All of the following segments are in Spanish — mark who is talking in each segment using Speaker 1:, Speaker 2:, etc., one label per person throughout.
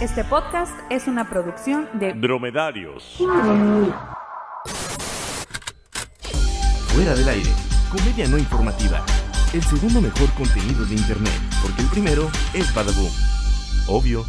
Speaker 1: Este podcast es una producción de
Speaker 2: Dromedarios.
Speaker 3: Fuera del aire. Comedia no informativa. El segundo mejor contenido de internet, porque el primero es Badaboom. Obvio.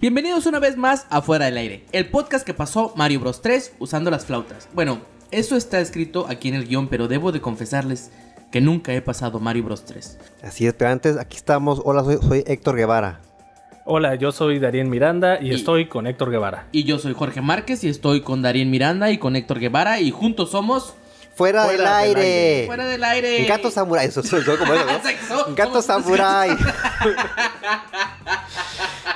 Speaker 4: Bienvenidos una vez más a Fuera del Aire, el podcast que pasó Mario Bros 3 usando las flautas. Bueno, eso está escrito aquí en el guión, pero debo de confesarles que nunca he pasado Mario Bros 3.
Speaker 5: Así es, pero antes aquí estamos. Hola, soy, soy Héctor Guevara.
Speaker 6: Hola, yo soy Darien Miranda y,
Speaker 4: Y-
Speaker 6: estoy con Héctor Guevara.
Speaker 4: Y yo soy Jorge Márquez y estoy con Darien Miranda y con Héctor Guevara y juntos somos
Speaker 5: Fuera, del,
Speaker 6: del
Speaker 5: aire.
Speaker 6: aire.
Speaker 4: Fuera del Aire.
Speaker 5: Eh, Gato Samurai. Eso soy yo como eso, ¿no?
Speaker 4: Sexo.
Speaker 5: Gato
Speaker 4: Somos-
Speaker 5: Samurai.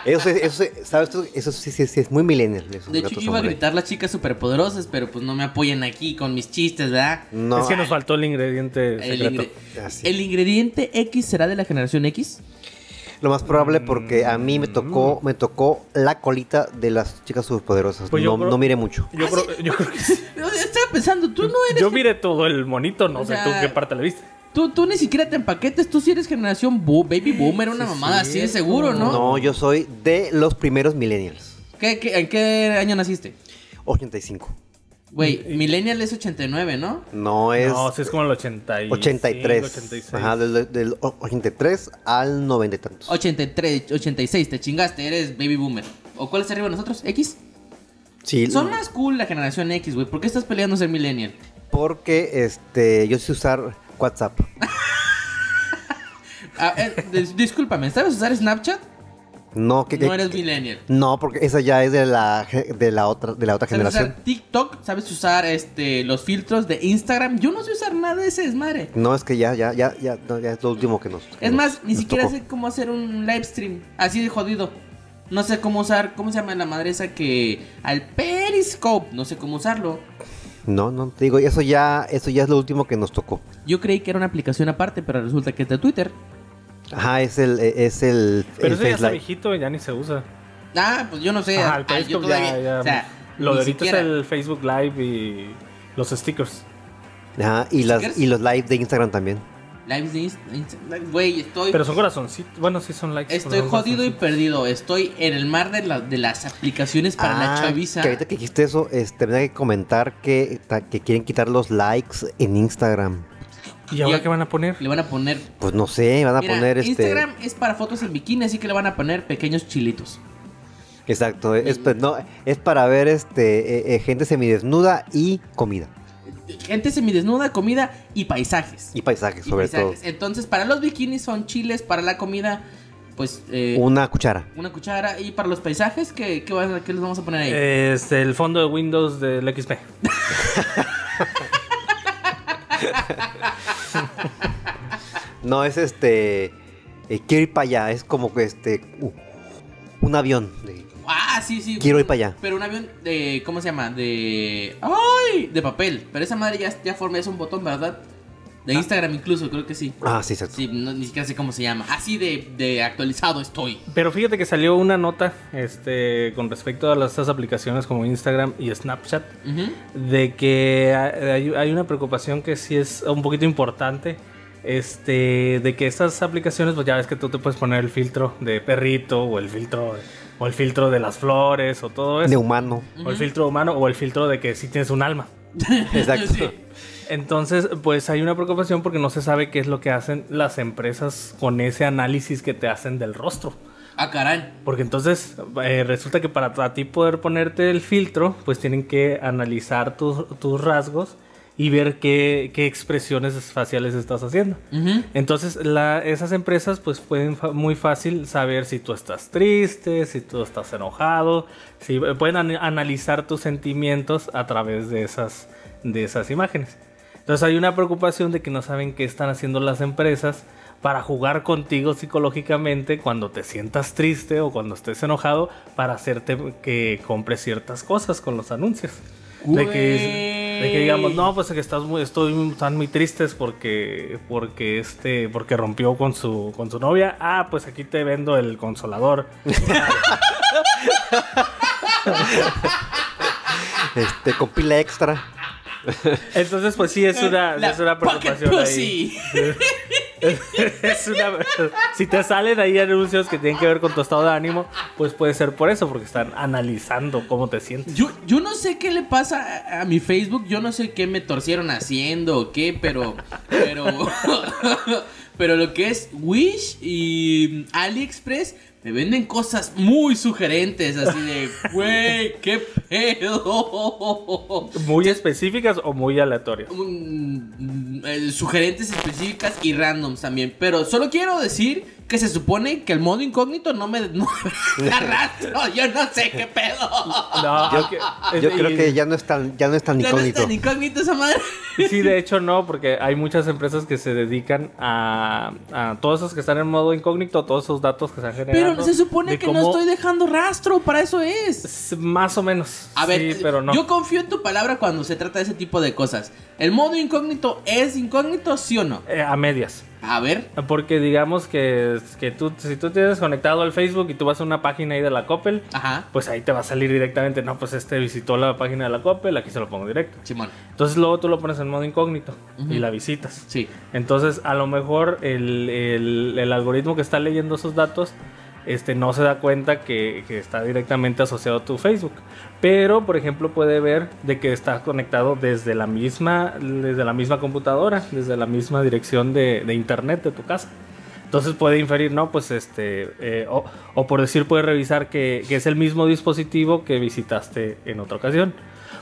Speaker 5: eso, es- eso, es- ¿sabes tú? Eso sí, sí, sí, es muy millennial. eso,
Speaker 4: De hecho,
Speaker 5: Gato
Speaker 4: yo iba a
Speaker 5: Samurai.
Speaker 4: gritar las chicas superpoderosas, pero pues no me apoyan aquí con mis chistes, ¿verdad?
Speaker 5: No,
Speaker 6: es que nos faltó el ingrediente
Speaker 4: El,
Speaker 6: secreto.
Speaker 4: ingre-
Speaker 5: Así.
Speaker 4: ¿El ingrediente X será de la generación X.
Speaker 5: lo más probable porque a mí me
Speaker 6: Mm.
Speaker 5: tocó, me tocó la colita de las chicas superpoderosas.
Speaker 6: Pues yo
Speaker 5: no,
Speaker 6: creo-
Speaker 5: no mire mucho.
Speaker 4: Ah,
Speaker 6: Yo, creo, yo creo que sí.
Speaker 4: Yo Estaba pensando, tú no eres
Speaker 6: Yo miré todo el monito, no
Speaker 4: O
Speaker 6: sé
Speaker 4: sea,
Speaker 6: tú qué parte le viste.
Speaker 4: Tú, tú ni siquiera te empaquetes, tú sí eres generación bo- baby boomer, una mamada así de seguro, ¿no?
Speaker 5: No, yo soy de los primeros millennials.
Speaker 4: ¿Qué- qué- en qué año naciste?
Speaker 5: 85.
Speaker 4: Güey, Millennial es 89, ¿no?
Speaker 5: No es...
Speaker 6: No, sí es como el 85,
Speaker 5: 83.
Speaker 6: 86.
Speaker 5: Ajá, del, del 83 al 90 y tantos.
Speaker 4: 83, 86, te chingaste, eres baby boomer. ¿O cuál es arriba de nosotros? ¿X?
Speaker 5: Sí,
Speaker 4: Son más cool la generación X, güey. ¿Por qué estás peleando ser Millennial?
Speaker 5: porque este, yo sé usar WhatsApp.
Speaker 4: Ah, eh, dis- discúlpame, ¿sabes usar Snapchat?
Speaker 5: No, que,
Speaker 4: No
Speaker 5: que-
Speaker 4: eres Millennial.
Speaker 5: no, porque esa ya es de la, ge- de la otra, de la otra
Speaker 4: ¿Sabes
Speaker 5: generación.
Speaker 4: usar TikTok? ¿Sabes usar este, los filtros de Instagram? Yo no sé usar nada de ese desmadre.
Speaker 5: No, es que ya, ya, ya, ya, no, ya es lo último que nos. que
Speaker 4: Es
Speaker 5: nos-
Speaker 4: más, ni
Speaker 5: nos
Speaker 4: siquiera
Speaker 5: tocó.
Speaker 4: sé cómo hacer un live stream. Así de jodido. No sé cómo usar. ¿Cómo se llama la madre esa que. Al Periscope. No sé cómo usarlo.
Speaker 5: No, no, te digo, eso ya, eso ya es lo último que nos tocó.
Speaker 4: Yo creí que era una aplicación aparte, pero resulta que es de Twitter.
Speaker 5: Ajá, es el, eh, es el,
Speaker 6: Pero
Speaker 5: el
Speaker 6: eso ya está
Speaker 5: Face Live.
Speaker 6: viejito, ya ni se usa.
Speaker 4: Ah, pues yo no sé.
Speaker 6: Ajá,
Speaker 4: Ah,
Speaker 6: el
Speaker 4: yo
Speaker 6: Facebook
Speaker 4: todavía-
Speaker 6: ya, ya.
Speaker 4: O sea,
Speaker 6: lo
Speaker 4: ni
Speaker 6: de ahorita
Speaker 4: siquiera.
Speaker 6: es el Facebook Live y los stickers.
Speaker 5: Ajá, y las,
Speaker 4: ¿Stickers?
Speaker 5: y los live de Instagram también.
Speaker 4: Lives de Inst- Inst- Güey, estoy.
Speaker 6: Pero son corazoncitos. Bueno, sí son likes.
Speaker 4: Estoy
Speaker 6: pero son
Speaker 4: jodido y
Speaker 6: corazoncitos.
Speaker 4: perdido. Estoy en el mar de, la- de las aplicaciones para la
Speaker 5: Ah,
Speaker 4: chaviza.
Speaker 5: Que ahorita que dijiste eso, este, tendría que comentar que, ta- que quieren quitar los likes en Instagram.
Speaker 6: ¿Y ahora
Speaker 4: y-
Speaker 6: qué van a poner?
Speaker 4: Le van a poner.
Speaker 5: Pues no sé, van a
Speaker 4: Mira,
Speaker 5: poner este.
Speaker 4: Instagram es para fotos en bikini, así que le van a poner pequeños chilitos.
Speaker 5: Exacto, es, pues, no, es para ver este eh, eh, gente semidesnuda y comida.
Speaker 4: Gente semidesnuda, comida y paisajes.
Speaker 5: Y paisajes,
Speaker 4: Y
Speaker 5: sobre
Speaker 4: paisajes. Entonces, para los bikinis son chiles, para la comida, pues eh,
Speaker 5: todo. Una cuchara.
Speaker 4: una cuchara. Y para los paisajes, ¿qué, qué, vas a- qué les vamos a poner ahí?
Speaker 6: Este, el fondo de Windows del XP.
Speaker 5: No, es este. eh, quiero ir para allá. Es como que este. u- un avión. de-
Speaker 4: ah, sí, sí.
Speaker 5: quiero ir pa' allá.
Speaker 4: Pero un avión de. ¿Cómo se llama? De. ¡Ay! De papel. Pero esa madre ya, ya forma, es un botón, ¿verdad? De Instagram incluso, creo que sí.
Speaker 5: Ah, sí, exacto.
Speaker 4: Sí, no, ni siquiera sé cómo se llama. Así de, de actualizado estoy.
Speaker 6: Pero fíjate que salió una nota este, con respecto a las- estas aplicaciones como Instagram y Snapchat
Speaker 4: Ujú.
Speaker 6: de que ha- hay, hay una preocupación que sí es un poquito importante. Este, de que estas aplicaciones, pues ya ves que tú te puedes poner el filtro de perrito o el filtro, o el filtro de las flores o
Speaker 4: pues.
Speaker 6: todo
Speaker 5: De
Speaker 6: eso.
Speaker 5: humano.
Speaker 6: O el filtro humano o el filtro de que sí tienes un alma.
Speaker 5: Exacto.
Speaker 4: Sí.
Speaker 6: Entonces, pues hay una preocupación porque no se sabe qué es lo que hacen las empresas con ese análisis que te hacen del rostro.
Speaker 4: Ah, caray.
Speaker 6: Porque entonces eh, resulta que para, para ti poder ponerte el filtro, pues tienen que analizar tus, tus rasgos y ver qué, qué expresiones faciales estás haciendo.
Speaker 4: Ujú.
Speaker 6: Entonces la- esas empresas pues pueden fa- muy fácil saber si tú estás triste, si tú estás enojado, si eh, pueden an- analizar tus sentimientos a través de esas, de esas imágenes. Entonces hay una preocupación de que no saben qué están haciendo las empresas para jugar contigo psicológicamente cuando te sientas triste o cuando estés enojado para hacerte que compres ciertas cosas con los anuncios. De que, de que digamos, no, pues que estás muy, estoy, están muy tristes porque, porque este, porque rompió con su, con su novia. Ah, pues aquí te vendo el consolador.
Speaker 5: Este, con pila extra.
Speaker 6: Entonces, pues sí, es una,
Speaker 4: La
Speaker 6: es una
Speaker 4: pocket
Speaker 6: preocupación ahí.
Speaker 4: pussy.
Speaker 6: Es una- si te salen ahí anuncios que tienen que ver con tu estado de ánimo, pues puede ser por eso, porque están analizando cómo te sientes.
Speaker 4: Yo, yo no sé qué le pasa a, a mi Facebook, yo no sé qué me torcieron haciendo o qué, pero. Pero. pero lo que es Wish y AliExpress me venden cosas muy sugerentes, así de, güey, qué pedo.
Speaker 6: Muy específicas o muy aleatorias.
Speaker 4: Mm, eh, sugerentes específicas y randoms también. Pero solo quiero decir que se supone que el modo incógnito no me, no me arrastro. Yo no sé qué pedo.
Speaker 6: No,
Speaker 5: Yo, yo creo que ya no es tan, ya no es tan
Speaker 4: Ah, Ya no es
Speaker 5: incógnito.
Speaker 4: tan incógnito esa madre.
Speaker 6: Sí, de hecho no, porque hay muchas empresas que se dedican a, a todos esos que están en modo incógnito, todos esos datos que se han generado.
Speaker 4: Pero se supone
Speaker 6: de
Speaker 4: que no
Speaker 6: cómo-
Speaker 4: estoy dejando rastro, para eso es.
Speaker 6: S- Más o menos.
Speaker 4: A ver, eh,
Speaker 6: sí, pero no.
Speaker 4: yo confío en tu palabra cuando se trata de ese tipo de cosas. ¿El modo incógnito es incógnito, sí o no?
Speaker 6: Eh, a medias.
Speaker 4: A ver.
Speaker 6: Porque digamos que, que tú, si tú tienes conectado al Facebook y tú vas a una página ahí de la Coppel,
Speaker 4: Ajá,
Speaker 6: pues ahí te va a salir directamente, no, pues este visitó la página de la Coppel, aquí se lo pongo directo.
Speaker 4: Simón.
Speaker 6: Entonces luego tú lo pones en modo incógnito
Speaker 4: Ujú.
Speaker 6: y la visitas.
Speaker 4: Sí.
Speaker 6: Entonces, a lo mejor el, el- el algoritmo que está leyendo esos datos este, no se da cuenta que, que está directamente asociado a tu Facebook. Pero, por ejemplo, puede ver de que está conectado desde la misma, desde la misma computadora, desde la misma dirección de, de internet de tu casa. Entonces puede inferir, no, pues este, eh, o, o por decir puede revisar que, que es el mismo dispositivo que visitaste en otra ocasión.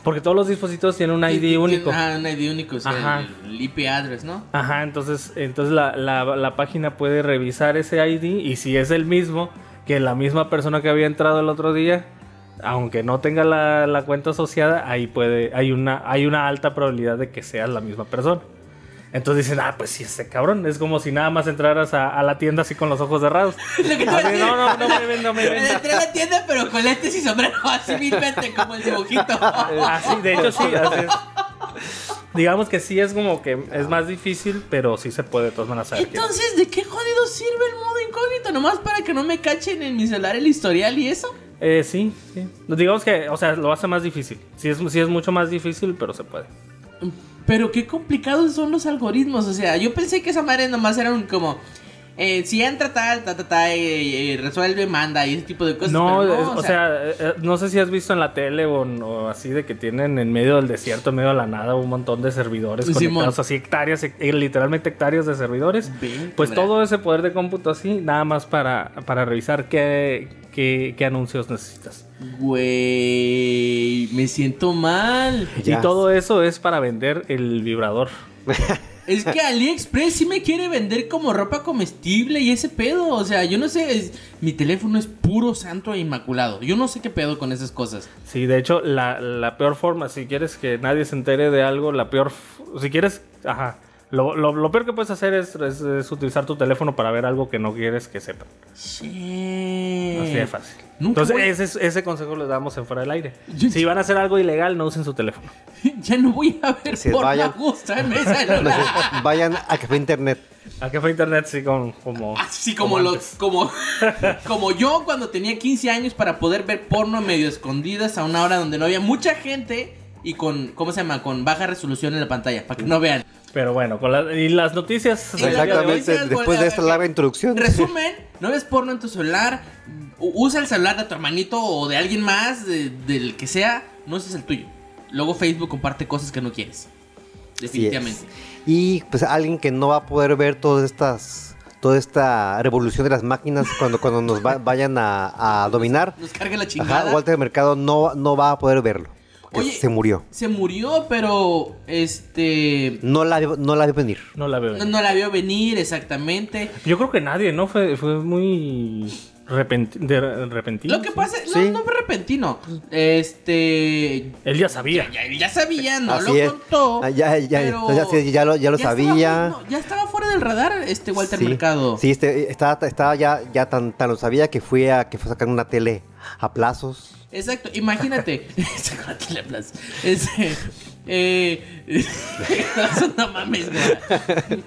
Speaker 6: Porque todos los dispositivos tienen un
Speaker 4: Tiene-
Speaker 6: ID único.
Speaker 4: Ajá, ah, un ID único, o sea,
Speaker 6: Ajá.
Speaker 4: el IP address, ¿no?
Speaker 6: Ajá, entonces, entonces la, la- la página puede revisar ese ID y si es el mismo que la misma persona que había entrado el otro día, aunque no tenga la, la cuenta asociada, ahí puede, hay una, hay una alta probabilidad de que seas la misma persona. Entonces dicen, ah, pues sí, ese cabrón. Es como si nada más entraras a, a la tienda así con los ojos cerrados.
Speaker 4: Lo que te iba
Speaker 6: A
Speaker 4: a
Speaker 6: ver,
Speaker 4: decir.
Speaker 6: no, no, no me ven, no me ven.
Speaker 4: Entré a la tienda, pero con lentes y sombrero, así mismamente, como el dibujito.
Speaker 6: Eh, Así, de hecho sí, así es. Digamos que sí es como que es más difícil, pero sí se puede de todas maneras saber quién es.
Speaker 4: Entonces, ¿de qué jodido sirve el modo incógnito? ¿Nomás para que no me cachen en mi celular el historial y eso?
Speaker 6: Eh, sí, sí. Digamos que, o sea, lo hace más difícil. Sí es, sí es mucho más difícil, pero se puede.
Speaker 4: Pero qué complicados son los algoritmos. O sea, yo pensé que esa madre nomás era un como. eh, si entra tal, ta, ta, ta, eh, eh, resuelve, manda y ese tipo de cosas.
Speaker 6: no,
Speaker 4: Pues, pero
Speaker 6: es- o sea, eh, eh, no sé si has visto en la tele o, en- o así de que tienen en medio del desierto, en medio de la nada, un montón de servidores
Speaker 4: Simón.
Speaker 6: conectados, así hectáreas, hec- eh, literalmente hectáreas de servidores.
Speaker 4: Ve,
Speaker 6: Pues
Speaker 4: ¿verdad?
Speaker 6: todo ese poder de cómputo así, nada más para, para revisar qué, qué, qué anuncios necesitas.
Speaker 4: Güey, me siento mal.
Speaker 5: Ya.
Speaker 6: Y todo eso es para vender el vibrador.
Speaker 4: Es que AliExpress sí me quiere vender como ropa comestible y ese pedo. O sea, yo no sé, es- mi teléfono es puro santo e inmaculado. Yo no sé qué pedo con esas cosas.
Speaker 6: Sí, de hecho, la, la peor forma, si quieres que nadie se entere de algo, la peor. f- Si quieres. Ajá. Lo, lo- lo peor que puedes hacer es, es- es utilizar tu teléfono para ver algo que no quieres que sepan.
Speaker 4: Shit.
Speaker 6: Así de fácil.
Speaker 4: Eh, Nunca
Speaker 6: Entonces,
Speaker 4: voy-
Speaker 6: ese, es- ese consejo les damos en fuera del aire.
Speaker 4: Yo-
Speaker 6: Si van a hacer algo ilegal, no usen su teléfono.
Speaker 4: Ya no voy a ver
Speaker 5: Se
Speaker 4: por
Speaker 5: vayan.
Speaker 4: la gusta en mi celular.
Speaker 5: Vayan a Café Internet.
Speaker 6: ¿A qué fue internet? Sí, con- como.
Speaker 4: Así Ah, como los,
Speaker 6: antes.
Speaker 4: como, como yo cuando tenía 15 años para poder ver porno medio escondidas a una hora donde no había mucha gente y con, ¿cómo se llama? Con baja resolución en la pantalla, para que no vean.
Speaker 6: Pero bueno, con la- y las noticias.
Speaker 4: Y la-
Speaker 6: del día de hoy.
Speaker 5: Exactamente.
Speaker 4: Oye,
Speaker 5: Después de esta larga introducción.
Speaker 4: Resumen, no ves porno en tu celular, u- usa el celular de tu hermanito o de alguien más, de- del que sea, no uses el tuyo. Luego Facebook comparte cosas que no quieres.
Speaker 5: Así es.
Speaker 4: Definitivamente.
Speaker 5: Y pues alguien que no va a poder ver todas estas toda esta revolución de las máquinas cuando, cuando nos va- vayan a, a dominar.
Speaker 4: Nos carga la chingada.
Speaker 5: Ajá, Walter Mercado no, no va a poder verlo. porque
Speaker 4: Oye.
Speaker 5: se murió.
Speaker 4: Se murió, pero este
Speaker 5: No la, no la vi venir.
Speaker 6: No la veo.
Speaker 4: no, no la vio venir exactamente.
Speaker 6: Yo creo que nadie, ¿no? Fue, fue muy repenti- de- repentino.
Speaker 4: Lo que
Speaker 6: sí.
Speaker 4: pasa, no,
Speaker 5: Sí.
Speaker 4: no fue repentino. Este
Speaker 6: Él ya sabía.
Speaker 4: ya, ya sabía, no
Speaker 5: Así
Speaker 4: lo
Speaker 5: es.
Speaker 4: contó.
Speaker 5: Ah, ya, ya,
Speaker 4: pero
Speaker 5: ya- ya- ya lo- ya lo
Speaker 4: estaba
Speaker 5: sabía.
Speaker 4: fuera- no, ya estaba fuera del radar este Walter
Speaker 5: Sí.
Speaker 4: Mercado.
Speaker 5: Sí, este, estaba, estaba ya, ya tan, tan lo sabía que fui a que fue a sacar una tele a plazos.
Speaker 4: Exacto, imagínate. Sácate la plaza. Este, Eh, eso no mames, güey.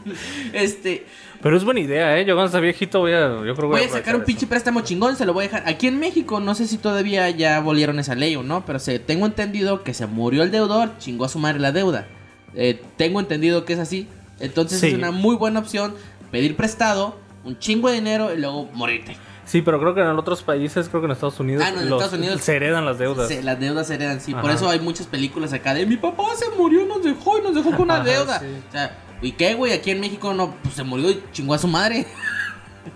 Speaker 4: Este,
Speaker 6: Pero es buena idea, ¿eh? Yo cuando sea viejito voy a... Yo creo que
Speaker 4: voy a sacar un pinche préstamo chingón, se lo voy a dejar. Aquí en México, no sé si todavía ya volvieron esa ley o no, pero se, tengo entendido que se murió el deudor, chingó a su madre la deuda. Eh, tengo entendido que es así. Entonces
Speaker 6: Sí.
Speaker 4: es una muy buena opción pedir prestado, un chingo de dinero y luego morirte.
Speaker 6: Sí, pero creo que en otros países, creo que en Estados Unidos...
Speaker 4: Ah, no, en
Speaker 6: los-
Speaker 4: Estados Unidos-
Speaker 6: Se heredan las deudas.
Speaker 4: Se- las deudas se heredan, sí. Por
Speaker 6: Ajá.
Speaker 4: eso hay muchas películas acá de mi papá se murió, nos dejó y nos dejó con una
Speaker 6: Ajá,
Speaker 4: deuda.
Speaker 6: sí.
Speaker 4: O sea, ¿y qué, güey? Aquí en México no, pues se murió y chingó a su madre.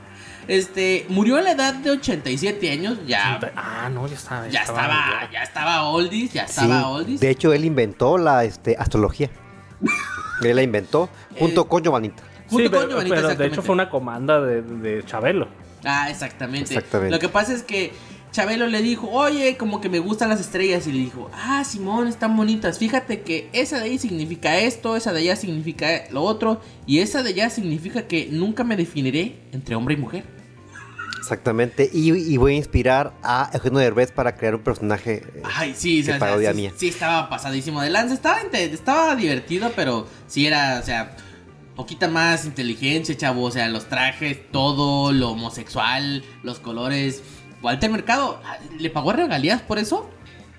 Speaker 4: este, murió a la edad de 87 años, ya.
Speaker 6: Ah, no, ya estaba...
Speaker 4: Ya estaba,
Speaker 6: mayor.
Speaker 4: ya estaba oldies, ya
Speaker 5: Sí,
Speaker 4: estaba oldies.
Speaker 5: de hecho, él inventó la este, astrología. él la inventó junto
Speaker 4: Eh,
Speaker 5: con Giovanita.
Speaker 4: Junto con
Speaker 6: sí, pero,
Speaker 4: Giovanita,
Speaker 6: pero de
Speaker 4: exactamente.
Speaker 6: hecho fue una comanda de, de Chabelo.
Speaker 4: Ah, exactamente.
Speaker 5: Exactamente.
Speaker 4: Lo que pasa es que Chabelo le dijo, oye, como que me gustan las estrellas. Y le dijo, ah, Simón, están bonitas. Fíjate que esa de ahí significa esto, esa de allá significa lo otro. Y esa de allá significa que nunca me definiré entre hombre y mujer.
Speaker 5: Exactamente. Y, y voy a inspirar a Eugenio Derbez para crear un personaje. eh,
Speaker 4: Ay, sí, o sea,
Speaker 5: Qué
Speaker 4: o sea,
Speaker 5: parodia
Speaker 4: sí,
Speaker 5: mía.
Speaker 4: sí estaba pasadísimo de lanza. Estaba, inte- estaba divertido, pero sí era, o sea, poquita más inteligencia, chavo. O sea, los trajes, todo, lo homosexual, los colores. Walter Mercado, ah, ¿le pagó regalías por eso?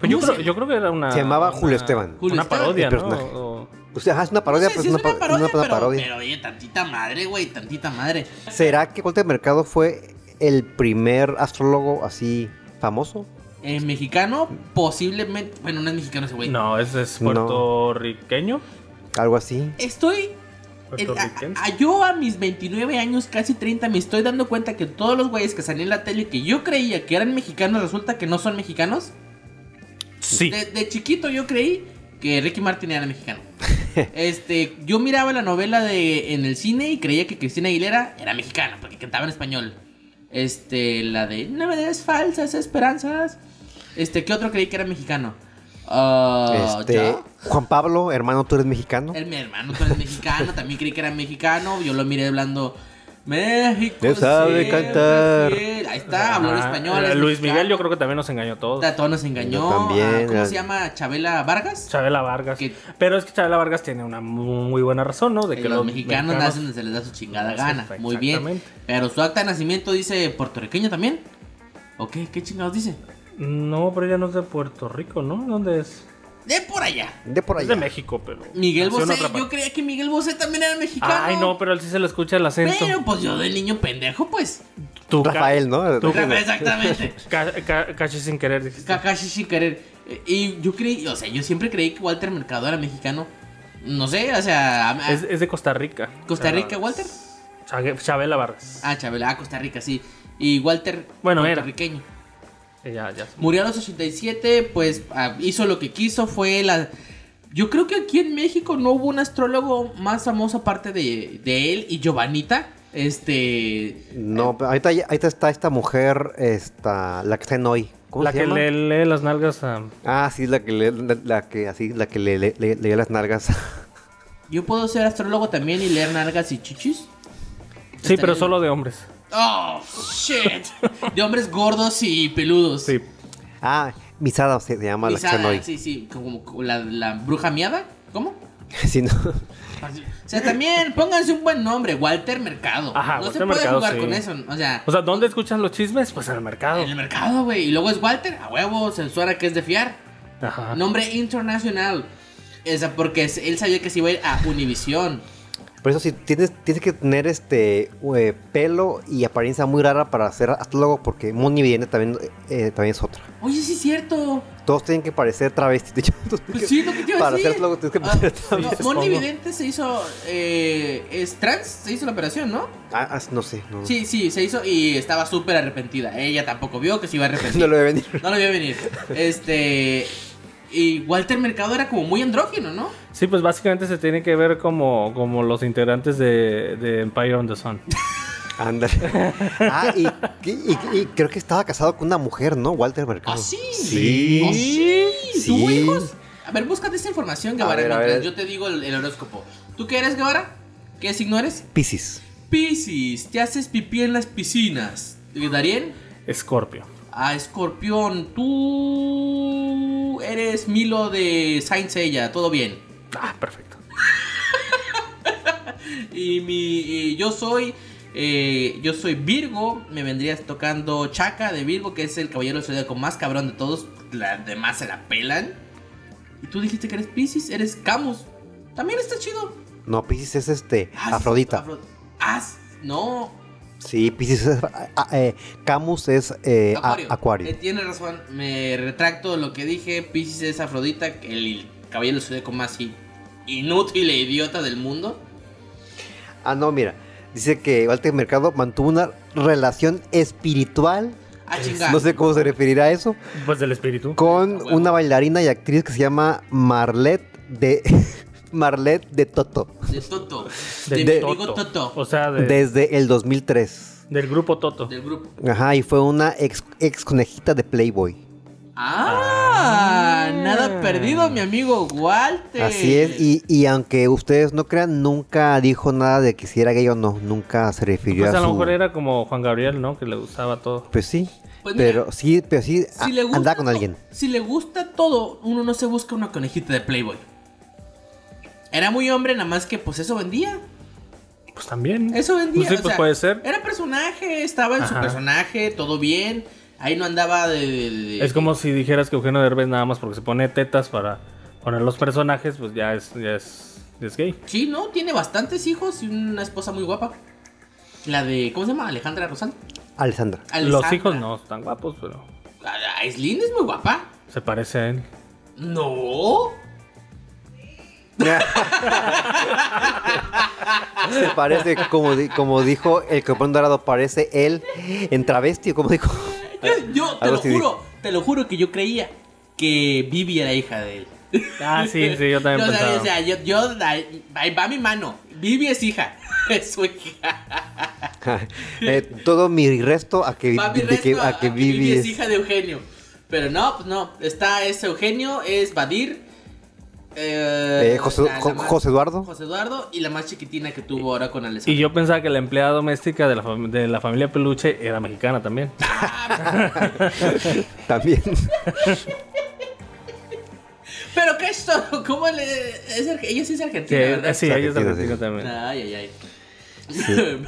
Speaker 6: Pues yo
Speaker 4: ¿Cómo
Speaker 6: creo,
Speaker 4: se-
Speaker 6: yo creo que era una...
Speaker 5: Se llamaba
Speaker 6: una-
Speaker 5: Julio Esteban.
Speaker 4: Julio
Speaker 6: una
Speaker 4: Esteban.
Speaker 6: parodia,
Speaker 5: El
Speaker 6: ¿no?
Speaker 5: personaje.
Speaker 6: O-
Speaker 5: O sea, ajá, es una parodia,
Speaker 4: No sé
Speaker 5: pero
Speaker 4: si
Speaker 5: es
Speaker 4: es
Speaker 5: una, pa- una
Speaker 4: pero,
Speaker 5: parodia.
Speaker 4: pero, oye, tantita madre, güey, tantita madre.
Speaker 5: ¿Será que Walter Mercado fue el primer astrólogo así famoso?
Speaker 4: Eh, mexicano, posiblemente. Bueno, no es mexicano ese güey. ah,
Speaker 6: No, ese es
Speaker 5: No.
Speaker 6: puertorriqueño.
Speaker 5: Algo así.
Speaker 4: Estoy. el- a-
Speaker 6: Puertorriquense.
Speaker 4: a- a- yo a mis 29 años, casi 30, me estoy dando cuenta que todos los güeyes que salían en la tele que yo creía que eran mexicanos, resulta que no son mexicanos.
Speaker 6: Sí.
Speaker 4: De, de chiquito yo creí que Ricky Martin era mexicano. Este, yo miraba la novela de en el cine y creía que Cristina Aguilera era mexicana porque cantaba en español. Este, la de No me des falsas esperanzas. Este, ¿qué otro creí que era mexicano? Ah,
Speaker 5: este,
Speaker 4: ¿ya?
Speaker 5: Juan Pablo, hermano, tú eres mexicano.
Speaker 4: El mi hermano tú eres mexicano, también creí que era mexicano, yo lo miré hablando México.
Speaker 5: Ya sabe
Speaker 4: siempre
Speaker 5: cantar".
Speaker 4: fiel". Ahí está, habló en
Speaker 6: Ajá.
Speaker 4: español.
Speaker 6: Eh,
Speaker 4: es
Speaker 6: Luis
Speaker 4: mexicano.
Speaker 6: Miguel yo creo que también nos engañó a todos.
Speaker 4: Tato nos engañó.
Speaker 5: Yo también,
Speaker 4: ah, ¿Cómo
Speaker 5: ah.
Speaker 4: se llama? Chabela Vargas.
Speaker 6: Chabela Vargas.
Speaker 4: Que- Eh,
Speaker 6: Pero es que Chabela Vargas tiene una mu- muy buena razón, ¿no? De que
Speaker 4: los, mexicanos, nacen donde se les da su chingada
Speaker 6: Nacen,
Speaker 4: gana. Muy bien.
Speaker 6: exactamente.
Speaker 4: Pero su acta de nacimiento dice puertorriqueño también. ¿O qué? ¿Qué chingados dice?
Speaker 6: No, pero ella no es de Puerto Rico, ¿no? ¿Dónde es?
Speaker 4: De por allá.
Speaker 5: De por
Speaker 6: Es
Speaker 5: allá.
Speaker 6: de México, pero...
Speaker 4: Miguel
Speaker 6: nació en
Speaker 4: Bosé.
Speaker 6: otra parte.
Speaker 4: Yo creía que Miguel Bosé también era mexicano.
Speaker 6: Ay, no, pero él sí se le escucha el acento.
Speaker 4: Pero pues yo de niño pendejo, pues.
Speaker 6: Tú, ca-
Speaker 5: Rafael, ¿no?
Speaker 6: tú-
Speaker 4: Exactamente.
Speaker 6: ca- ca- caché sin querer, dijiste.
Speaker 4: Kakashi sin querer. Eh, Y yo creí, o sea, yo siempre creí que Walter Mercado era mexicano. No sé, o sea, a- a-
Speaker 6: Es, es de Costa Rica.
Speaker 4: Costa Rica, Walter.
Speaker 6: Chague- Chabela Vargas.
Speaker 4: Ah, Chabela, ah, Costa Rica, sí. Y Walter,
Speaker 6: Bueno, era.
Speaker 4: puertorriqueño.
Speaker 6: Ella, ya.
Speaker 4: Murió a los 87, pues ah, hizo lo que quiso, fue la... Yo creo que aquí en México no hubo un astrólogo más famoso aparte de, de él y Giovanita. Este...
Speaker 5: No, pero ahorita, ya- ahorita está esta mujer, esta, la que está en hoy. ¿Cómo
Speaker 6: La
Speaker 5: se
Speaker 6: que
Speaker 5: llama?
Speaker 6: le lee las nalgas a...
Speaker 5: Ah, sí, la que le, la, la que así, la que le, le, le- leía las nalgas.
Speaker 4: Yo puedo ser astrólogo también y leer nalgas y chichis.
Speaker 6: Sí,
Speaker 4: Estaría
Speaker 6: pero
Speaker 4: bien.
Speaker 6: solo de hombres.
Speaker 4: Oh, shit. De hombres gordos y peludos.
Speaker 6: Sí.
Speaker 5: Ah, Misada se, se llama la que está en
Speaker 4: Pisada,
Speaker 5: hoy. Sí,
Speaker 4: sí, sí, como como la, la bruja miada, ¿cómo?
Speaker 5: no.
Speaker 4: O sea, también pónganse un buen nombre, Walter Mercado.
Speaker 6: Ajá,
Speaker 4: no se
Speaker 6: Walter
Speaker 4: puede
Speaker 6: Mercado,
Speaker 4: jugar
Speaker 6: sí.
Speaker 4: con eso, o sea,
Speaker 6: O sea, ¿dónde escuchan los chismes? Pues en el mercado.
Speaker 4: en el mercado, güey, y luego es Walter, a huevo, se suena que es de fiar.
Speaker 6: Ajá.
Speaker 4: Nombre internacional. O sea, porque es- él sabía que se iba a ir a Univisión.
Speaker 5: Por eso sí, tienes, tienes que tener este eh, pelo y apariencia muy rara para ser astrólogo, porque Moni Vidente también, eh, también es otra.
Speaker 4: Oye, sí es cierto.
Speaker 5: Todos tienen que parecer travestis. De hecho, todos tienen
Speaker 4: Pues
Speaker 5: que-
Speaker 4: sí, lo que te iba a
Speaker 5: Para
Speaker 4: decir.
Speaker 5: ser astrólogo tienes que
Speaker 4: Ah,
Speaker 5: parecer
Speaker 4: no,
Speaker 5: travesti.
Speaker 4: Moni
Speaker 6: supongo.
Speaker 4: Vidente se hizo. eh, es trans, se hizo la operación, ¿no?
Speaker 5: Ah, ah, no sé, no,
Speaker 4: Sí, sí, se hizo y estaba súper arrepentida. Ella tampoco vio que se iba a arrepentir.
Speaker 5: no lo voy a venir.
Speaker 4: No lo vi venir. Este. Y Walter Mercado era como muy andrógino, ¿no?
Speaker 6: Sí, pues básicamente se tiene que ver como, como los integrantes de, de Empire on the Sun.
Speaker 5: Ándale. Ah, y, y- y- y creo que estaba casado con una mujer, ¿no? Walter Mercado.
Speaker 4: ¿Ah, sí?
Speaker 5: Sí.
Speaker 4: ¿Ah, sí? ¿Tuvo
Speaker 5: Sí.
Speaker 4: hijos? A ver, búscate esa información, Guevara,
Speaker 5: ver, a
Speaker 4: mientras
Speaker 5: ver.
Speaker 4: yo te digo el, el horóscopo. ¿Tú qué eres, Guevara? ¿Qué signo eres?
Speaker 5: Piscis.
Speaker 4: Piscis, te haces pipí en las Eh, piscinas. ¿Darien?
Speaker 6: Scorpio.
Speaker 4: A Escorpión, Ah, tú tú eres Milo de Saint Seiya, todo bien.
Speaker 6: Ah, perfecto.
Speaker 4: Y mi y yo soy eh, yo soy Virgo, me vendrías tocando Chaca de Virgo, que es el caballero zodiaco más cabrón de todos, las demás se la pelan. Y tú dijiste que eres Pisces, eres Camus. También está chido.
Speaker 5: No, Pisces es este,
Speaker 4: Ah, sí,
Speaker 5: Afrodita.
Speaker 4: Afro- Ah, s- no.
Speaker 5: Sí, Pisces es. ah, ah, eh, Camus es eh, a-
Speaker 4: Acuario.
Speaker 5: Acuario.
Speaker 4: Eh, tienes razón, me retracto de lo que dije. Pisces es Afrodita, el caballero zodiaco más in- inútil e idiota del mundo.
Speaker 5: Ah, no, mira. Dice que Walter Mercado mantuvo una relación espiritual.
Speaker 4: Ah, chingar.
Speaker 5: No sé cómo se referirá a eso.
Speaker 6: Pues del espíritu.
Speaker 5: Con
Speaker 4: huevo.
Speaker 5: una bailarina y actriz que se llama Marlet de. Marlet de Toto.
Speaker 4: De Toto.
Speaker 6: Del
Speaker 4: De, mi amigo Toto.
Speaker 6: O sea, de-
Speaker 5: Desde el 2003.
Speaker 6: del grupo Toto.
Speaker 4: Del grupo.
Speaker 5: Ajá, y fue una ex, ex conejita de Playboy.
Speaker 4: Ah,
Speaker 6: Ah.
Speaker 4: nada perdido, mi amigo Walter.
Speaker 5: Así es, y, y aunque ustedes no crean, nunca dijo nada de que si era gay o no, nunca se refirió
Speaker 6: Pues
Speaker 5: a
Speaker 6: a
Speaker 5: su...
Speaker 6: lo mejor era como Juan Gabriel, ¿no? Que le gustaba todo.
Speaker 5: Pues sí,
Speaker 4: Pues mira,
Speaker 5: pero sí, pero sí,
Speaker 4: si
Speaker 5: a-
Speaker 4: le gusta
Speaker 5: andaba con
Speaker 4: to-
Speaker 5: alguien.
Speaker 4: Si le gusta todo, uno no se busca una conejita de Playboy. Era muy hombre, nada más que pues eso vendía.
Speaker 6: Pues también.
Speaker 4: Eso vendía.
Speaker 6: Pues
Speaker 4: o
Speaker 6: sí, pues
Speaker 4: sea, eh,
Speaker 6: puede ser.
Speaker 4: Era personaje, estaba en su
Speaker 6: Ajá.
Speaker 4: personaje, todo bien. Ahí no andaba de. de- de-
Speaker 6: Es como si dijeras que Eugenio Derbez nada más porque se pone tetas para poner los personajes, pues ya es, ya es, ya es gay.
Speaker 4: Sí, ¿no? Tiene bastantes hijos y una esposa muy guapa. La de. ¿Cómo se llama? Alejandra Rosal.
Speaker 5: Alessandra.
Speaker 6: Los
Speaker 4: Alessandra.
Speaker 6: hijos no están guapos, pero
Speaker 4: A- a- Aislinn es muy guapa.
Speaker 6: se parece a él.
Speaker 4: No.
Speaker 5: Se parece, como, di- como dijo el campeón dorado, parece él en travesti, como dijo.
Speaker 4: Yo, yo te
Speaker 5: Eh, algo
Speaker 4: lo
Speaker 5: así dijo.
Speaker 4: juro, te lo juro que yo creía que Vivi era hija de él.
Speaker 6: Ah, sí, sí, yo también
Speaker 4: No, o sea,
Speaker 6: pensaba.
Speaker 4: o sea, yo, yo- ahí ahí va mi mano. Vivi es hija. Es su hija.
Speaker 5: Eh, todo mi resto a que,
Speaker 4: Va mi
Speaker 5: de
Speaker 4: resto
Speaker 5: que-
Speaker 4: a-
Speaker 5: a que
Speaker 4: a Vivi es
Speaker 5: vives.
Speaker 4: hija de Eugenio. Pero no, pues no. Está es Eugenio, es Badir. eh,
Speaker 5: Eh, José-
Speaker 4: la- la
Speaker 5: Jo-
Speaker 4: más-
Speaker 5: José Eduardo.
Speaker 4: José Eduardo y la más chiquitina que tuvo ahora con Alessandra.
Speaker 6: Y yo pensaba que la empleada doméstica de la, fam- de la familia Peluche era mexicana también.
Speaker 5: También.
Speaker 4: Pero qué es todo, ¿cómo le.? es arge- ella sí es
Speaker 6: Sí,
Speaker 4: argentina.
Speaker 6: eh,
Speaker 4: ¿verdad?
Speaker 6: sí, ella es
Speaker 5: Argentina,
Speaker 6: argentina
Speaker 5: sí.
Speaker 6: también.
Speaker 4: Ay, ay, ay.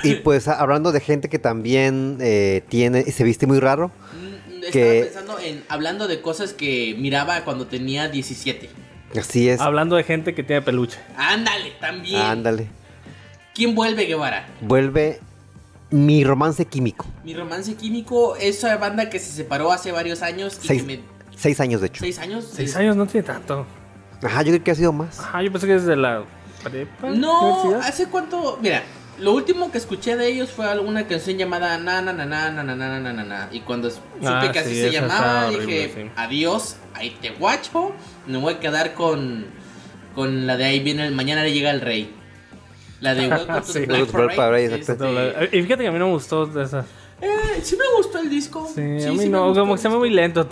Speaker 5: Y pues a- hablando de gente que también eh, tiene y se viste muy raro.
Speaker 4: Mm, Estaba
Speaker 5: que-
Speaker 4: pensando en hablando de cosas que miraba cuando tenía 17.
Speaker 5: Así es.
Speaker 6: Hablando de gente que tiene peluche.
Speaker 4: Ándale, también.
Speaker 5: Ándale.
Speaker 4: ¿Quién vuelve Guevara?
Speaker 5: Vuelve mi romance químico.
Speaker 4: Mi romance químico, esa banda que se separó hace varios años y
Speaker 5: Seis,
Speaker 4: que me-
Speaker 5: seis años, de hecho.
Speaker 4: ¿Seis años?
Speaker 6: Seis años no tiene tanto.
Speaker 5: Ajá, yo creo que ha sido más.
Speaker 6: Ajá, Ah, yo pensé que desde la prepa.
Speaker 4: No,
Speaker 6: universidad.
Speaker 4: ¿hace cuánto? Mira, lo último que escuché de ellos fue alguna canción llamada na na na na na na na na na na y cuando supe
Speaker 6: Ah,
Speaker 4: que así
Speaker 6: sí,
Speaker 4: se
Speaker 6: esa
Speaker 4: llamaba
Speaker 6: está horrible,
Speaker 4: dije,
Speaker 6: sí.
Speaker 4: "Adiós, ahí te guacho, me voy a quedar con con la de ahí viene el mañana le llega el rey." La de Welcome to
Speaker 6: Sí,
Speaker 4: the Black
Speaker 5: Welcome to the Black
Speaker 4: Parade,
Speaker 5: Parade, exacto.
Speaker 4: este,
Speaker 6: Y fíjate que a mí no me gustó de esa.
Speaker 4: eh, sí me gustó el disco.
Speaker 6: Sí, a mí
Speaker 4: sí me
Speaker 6: no,
Speaker 4: gustó
Speaker 6: como
Speaker 4: el
Speaker 6: que se me
Speaker 4: disco.
Speaker 6: muy lento.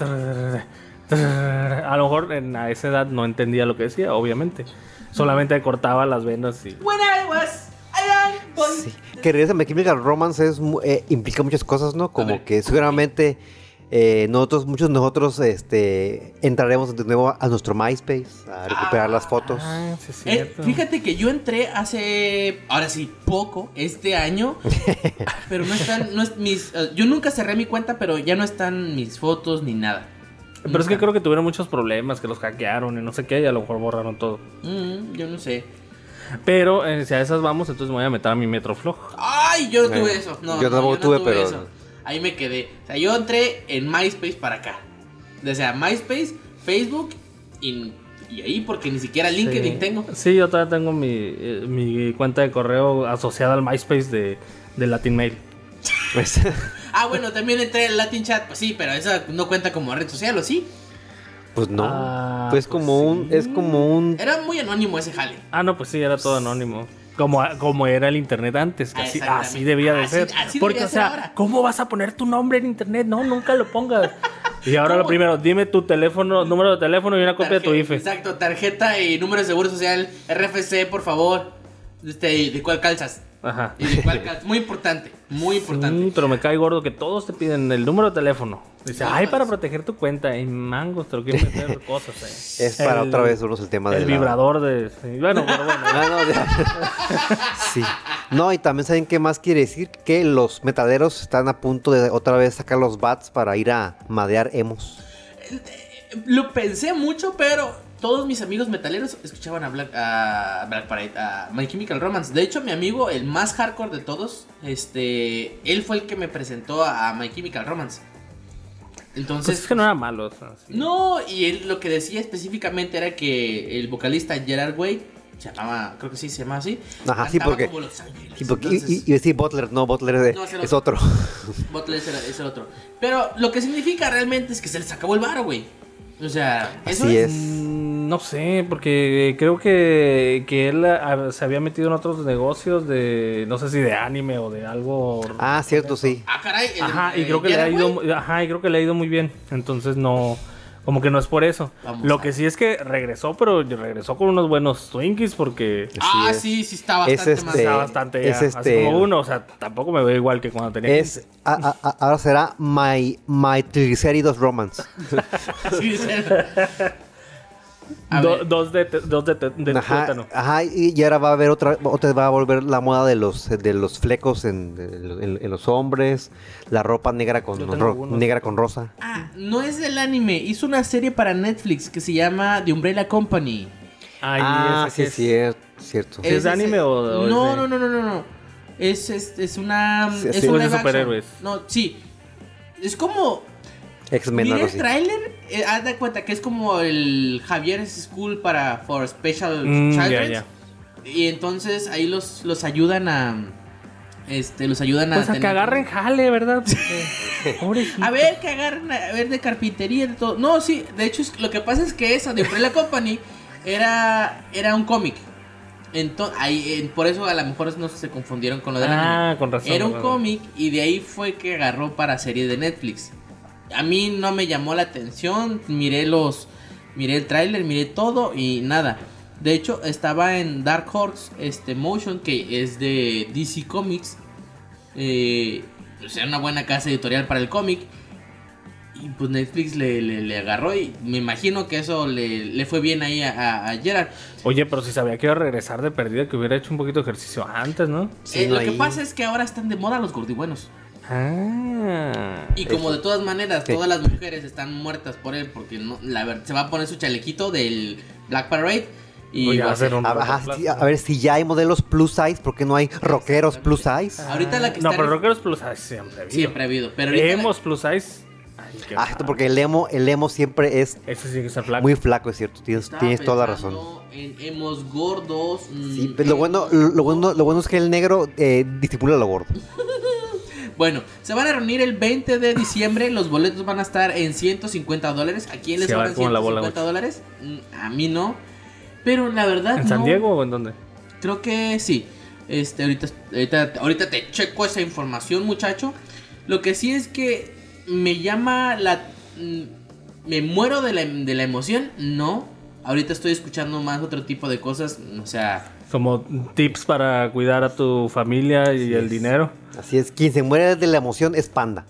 Speaker 6: A lo mejor en, a esa edad no entendía lo que decía, obviamente. Solamente cortaba las venas y...
Speaker 4: When I was a young boy.
Speaker 5: Sí. Que regresa My Chemical Romance es, mu- eh, implica muchas cosas, ¿no?
Speaker 4: ver.
Speaker 5: Como que seguramente eh, nosotros, muchos de nosotros, este, entraremos de nuevo a nuestro MySpace a recuperar las fotos.
Speaker 6: Ah, sí, es
Speaker 4: Eh,
Speaker 6: cierto.
Speaker 4: fíjate que yo entré hace, ahora sí, poco, este año, pero no están, no es mis, eh, yo nunca cerré mi cuenta, pero ya no están mis fotos ni nada.
Speaker 6: Pero es que creo que tuvieron muchos problemas, que los hackearon y no sé qué, y a lo mejor borraron todo.
Speaker 4: Mm, yo no sé.
Speaker 6: Pero eh, si a esas vamos, entonces me voy a meter a mi Metroflog.
Speaker 4: Ay, yo no
Speaker 5: Eh,
Speaker 4: tuve eso. No,
Speaker 5: yo
Speaker 4: no,
Speaker 5: tampoco
Speaker 4: no
Speaker 5: tuve, pero-
Speaker 4: Ahí me quedé. O sea, yo entré en MySpace para acá. O sea, MySpace, Facebook y, y ahí porque ni siquiera LinkedIn
Speaker 6: Sí.
Speaker 4: tengo.
Speaker 6: Sí, yo todavía tengo mi, eh, mi cuenta de correo asociada al MySpace de, de Latin Mail.
Speaker 5: Pues,
Speaker 4: Ah, bueno, también entré en Latin Chat, pues sí, pero eso no cuenta como red social, ¿o sí?
Speaker 5: pues no.
Speaker 6: Ah,
Speaker 5: pues, como
Speaker 6: pues
Speaker 5: un,
Speaker 6: sí.
Speaker 5: es como un.
Speaker 4: Era muy anónimo ese jale.
Speaker 6: Ah, no, pues sí, era todo anónimo. Como, como era el internet antes, que
Speaker 4: Ah,
Speaker 6: así,
Speaker 4: exactamente.
Speaker 6: así debía de
Speaker 4: Así-
Speaker 6: ser.
Speaker 4: así
Speaker 6: Porque,
Speaker 4: debería ser
Speaker 6: o sea,
Speaker 4: ahora.
Speaker 6: ¿cómo vas a poner tu nombre en internet? No, nunca lo pongas. Y ahora lo
Speaker 4: ¿Cómo? Mm.
Speaker 6: primero, dime tu teléfono, número de teléfono y una copia de tu E.
Speaker 4: Tarje-
Speaker 6: IFE.
Speaker 4: Exacto, tarjeta y número de seguro social, RFC, por favor. Este, ¿De cuál calzas?
Speaker 6: Ajá.
Speaker 4: ¿Y de cuál calzas? Muy importante, muy importante.
Speaker 6: Sí, pero me cae gordo que todos te piden el número de teléfono. Dice,
Speaker 4: Híjoles.
Speaker 6: ay, para proteger tu cuenta. En mangos te lo quieren meter cosas. eh.
Speaker 5: Es para
Speaker 6: El-
Speaker 5: otra vez unos el tema
Speaker 6: El
Speaker 5: del
Speaker 6: vibrador de. sí, Bueno, pero bueno.
Speaker 5: Ah, no, ya. sí. No, y también saben qué más quiere decir que los metaderos están a punto de otra vez sacar los bats para ir a madear emos.
Speaker 4: Lo pensé mucho, pero todos mis amigos metaleros escuchaban a Black, a Black Parade, a My Chemical Romance. De hecho, mi amigo, el más hardcore de todos, este, él fue el que me presentó a My Chemical Romance.
Speaker 6: Pues
Speaker 4: Entonces,
Speaker 6: es que no era malo. o sea, sí.
Speaker 4: no, y él lo que decía específicamente era que el vocalista Gerard Way se llamaba, creo que sí se llamaba así.
Speaker 5: Ajá, sí,
Speaker 4: cantaba
Speaker 5: porque-
Speaker 4: como Los Ángeles.
Speaker 5: Y, porque- y-
Speaker 4: Entonces-
Speaker 5: y- y decir Butler, no, Butler es, de-
Speaker 4: No, es el
Speaker 5: es otro.
Speaker 4: Butler es el, es el otro. Pero lo que significa realmente es que se les acabó el bar, güey. O sea, eso
Speaker 5: Así es.
Speaker 6: Mm, No sé, porque creo que, que él ah, se había metido en otros negocios de, no sé si de anime o de algo.
Speaker 5: Ah, cierto, sí.
Speaker 4: Ah, caray. el-
Speaker 6: Ajá, y
Speaker 4: eh,
Speaker 6: creo que le
Speaker 4: Gerard
Speaker 6: ha
Speaker 4: Way.
Speaker 6: ido, ajá, y creo que le ha ido muy bien. Entonces no, como que no es por eso.
Speaker 4: Vamos
Speaker 6: Lo
Speaker 4: a
Speaker 6: que sí es que regresó, pero regresó con unos buenos Twinkies porque
Speaker 5: Así
Speaker 4: Ah,
Speaker 5: es.
Speaker 4: sí, sí, está bastante
Speaker 5: Es
Speaker 4: más.
Speaker 5: este-
Speaker 6: está bastante ya,
Speaker 5: es este-
Speaker 6: así como uno, o sea, tampoco me veo igual que cuando tenía.
Speaker 5: Es, a- a- a- ahora será My, my Triglyceridos Romance.
Speaker 4: Sí, sí. A
Speaker 6: 15. Do-
Speaker 4: ver,
Speaker 6: dos de te- dos de, te- de
Speaker 5: Ajá,
Speaker 6: tuétano.
Speaker 5: ajá, y y ahora va a haber otra, otra vez va a volver la moda de los de los flecos en, en- en los hombres, la ropa negra con
Speaker 6: Yo tengo
Speaker 5: ro-
Speaker 6: algunos.
Speaker 5: negra con rosa.
Speaker 4: ah, no es del anime, hizo una serie para Netflix que se llama The Umbrella Company.
Speaker 6: Ay,
Speaker 5: ah,
Speaker 6: ese
Speaker 5: sí,
Speaker 6: que es-
Speaker 5: cierto, cierto.
Speaker 4: Eh,
Speaker 6: ¿Es de anime o- o es
Speaker 4: No,
Speaker 6: de-
Speaker 4: no, no, no, no, no. Es, es, es una.
Speaker 5: Sí,
Speaker 4: es
Speaker 5: sí.
Speaker 4: un
Speaker 6: Pues
Speaker 4: live
Speaker 6: de
Speaker 4: action.
Speaker 6: superhéroes.
Speaker 4: No, sí. Es como.
Speaker 5: X-Men
Speaker 4: Mira
Speaker 5: algo
Speaker 4: el
Speaker 5: así.
Speaker 4: tráiler, eh, haz de cuenta que es como el Javier's School para for Special
Speaker 6: Mm, ya,
Speaker 4: Children.
Speaker 6: ya.
Speaker 4: Y entonces ahí los, los ayudan a. Este, los ayudan
Speaker 6: Pues
Speaker 4: a.
Speaker 6: a que
Speaker 4: tener-
Speaker 6: agarren jale, ¿verdad? Porque- Pobrecito.
Speaker 4: A ver, que agarren, a ver, de carpintería, de todo. No, sí, de hecho, es- lo que pasa es que esa de Umbrella Company era, era un cómic. Entonces, ahí, eh, por eso a lo mejor no se confundieron con lo del
Speaker 6: Ah,
Speaker 4: anime.
Speaker 6: con razón.
Speaker 4: Era un
Speaker 6: con-
Speaker 4: cómic y de ahí fue que agarró para serie de Netflix. A mí no me llamó la atención, miré los miré el tráiler, miré todo y nada. De hecho, estaba en Dark Horse este Motion que es de DC Comics. Eh, o sea, una buena casa editorial para el cómic. Y pues Netflix le, le- le agarró y me imagino que eso le, le fue bien ahí a, a- a Gerard.
Speaker 6: Oye, pero si sabía que iba a regresar de perdida, que hubiera hecho un poquito de ejercicio antes, ¿no?
Speaker 5: Sí,
Speaker 4: Eh, lo
Speaker 5: ahí.
Speaker 4: que pasa es que ahora están de moda los gordibuenos.
Speaker 6: Ah.
Speaker 4: Y como de todas maneras,
Speaker 5: Sí.
Speaker 4: todas las mujeres están muertas por él, porque no, la ver- se va a poner su chalequito del Black Parade y
Speaker 6: Oye,
Speaker 4: va a
Speaker 6: hacer
Speaker 4: ser-
Speaker 6: un
Speaker 5: A, ajá, sí, a ver, si ya hay modelos plus size, ¿por qué no hay rockeros plus size?
Speaker 4: Ahorita la que
Speaker 6: No,
Speaker 4: está
Speaker 6: pero
Speaker 4: en-
Speaker 6: rockeros plus size siempre ha habido.
Speaker 4: siempre ha habido, pero ahorita la-
Speaker 6: Emos plus size. Ay, qué
Speaker 5: Ah,
Speaker 6: mal.
Speaker 5: esto porque el emo, el emo siempre es
Speaker 6: Ese sí que está flaco.
Speaker 5: muy flaco, es cierto. Tienes,
Speaker 4: estaba
Speaker 5: tienes toda la razón.
Speaker 4: pensando En hemos gordos.
Speaker 5: Sí,
Speaker 4: mm,
Speaker 5: pero lo bueno, lo, lo bueno, lo bueno es que el negro eh, disimula lo gordo.
Speaker 4: Bueno, se van a reunir el 20 de diciembre. Los boletos van a estar en 150 dólares. ¿A quién les
Speaker 6: Se va
Speaker 4: sobran
Speaker 6: como la bola,
Speaker 4: 150 dólares? Mm, A mí no. Pero la verdad.
Speaker 6: ¿En San
Speaker 4: no.
Speaker 6: Diego o en dónde?
Speaker 4: Creo que sí. Este, ahorita, ahorita, ahorita te checo esa información, muchacho. Lo que sí es que me llama la. mm, Me muero de la, de la emoción. No. Ahorita estoy escuchando más otro tipo de cosas. O sea.
Speaker 6: Como tips para cuidar a tu familia y el dinero.
Speaker 5: Así es, quien se muere de la emoción es panda.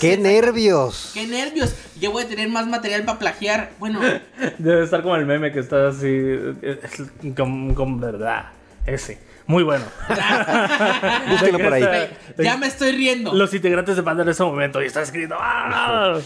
Speaker 5: ¡Qué nervios!
Speaker 4: ¡Qué nervios! Yo voy a tener más material para plagiar. Bueno,
Speaker 6: Debe estar como el meme que está así. eh, eh, Con, con verdad. Ese. Muy bueno.
Speaker 5: Búsquelo por ahí.
Speaker 6: Regresa-
Speaker 4: ya me estoy riendo.
Speaker 6: Los integrantes de Panda en ese momento y está escrito. ¡ah!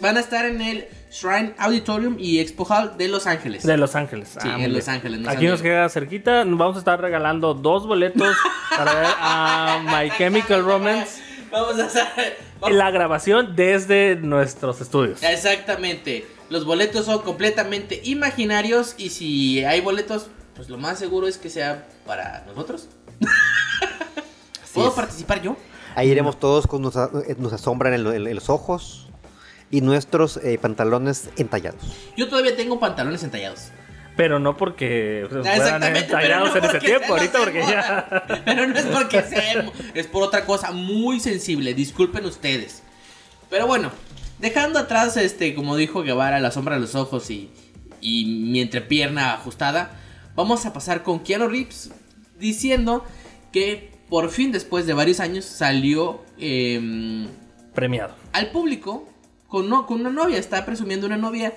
Speaker 4: Van a estar en el Shrine Auditorium y Expo Hall de Los Ángeles.
Speaker 6: De Los Ángeles. Ah,
Speaker 4: Sí,
Speaker 6: muy
Speaker 4: en Los
Speaker 6: bien.
Speaker 4: Ángeles, no
Speaker 6: Aquí
Speaker 4: San
Speaker 6: nos
Speaker 4: Diego.
Speaker 6: queda cerquita. Nos Vamos a estar regalando dos boletos para ver a My Chemical Romance.
Speaker 4: Vamos a hacer. vamos-
Speaker 6: La grabación desde nuestros estudios.
Speaker 4: Exactamente. Los boletos son completamente imaginarios y si hay boletos, pues lo más seguro es que sea para nosotros. ¿Puedo
Speaker 5: es.
Speaker 4: participar yo?
Speaker 5: Ahí iremos todos con nuestra, eh, nuestra sombra en, el- en- en los ojos y nuestros eh, pantalones entallados.
Speaker 4: Yo todavía tengo pantalones entallados.
Speaker 6: Pero no porque pues, fueran
Speaker 4: Ah, pero
Speaker 6: entallados
Speaker 4: no
Speaker 6: en ese
Speaker 4: porque
Speaker 6: tiempo.
Speaker 4: seamos
Speaker 6: Ahorita porque ya.
Speaker 4: emo. Pero no es porque sea emo, es por otra cosa muy sensible, disculpen ustedes. Pero bueno, dejando atrás, este, como dijo Guevara, la sombra de los ojos y, y mi entrepierna ajustada, Vamos a pasar con Keanu Reeves diciendo que por fin después de varios años salió em,
Speaker 6: Premiado.
Speaker 4: al público con, no- con una novia. Está presumiendo una novia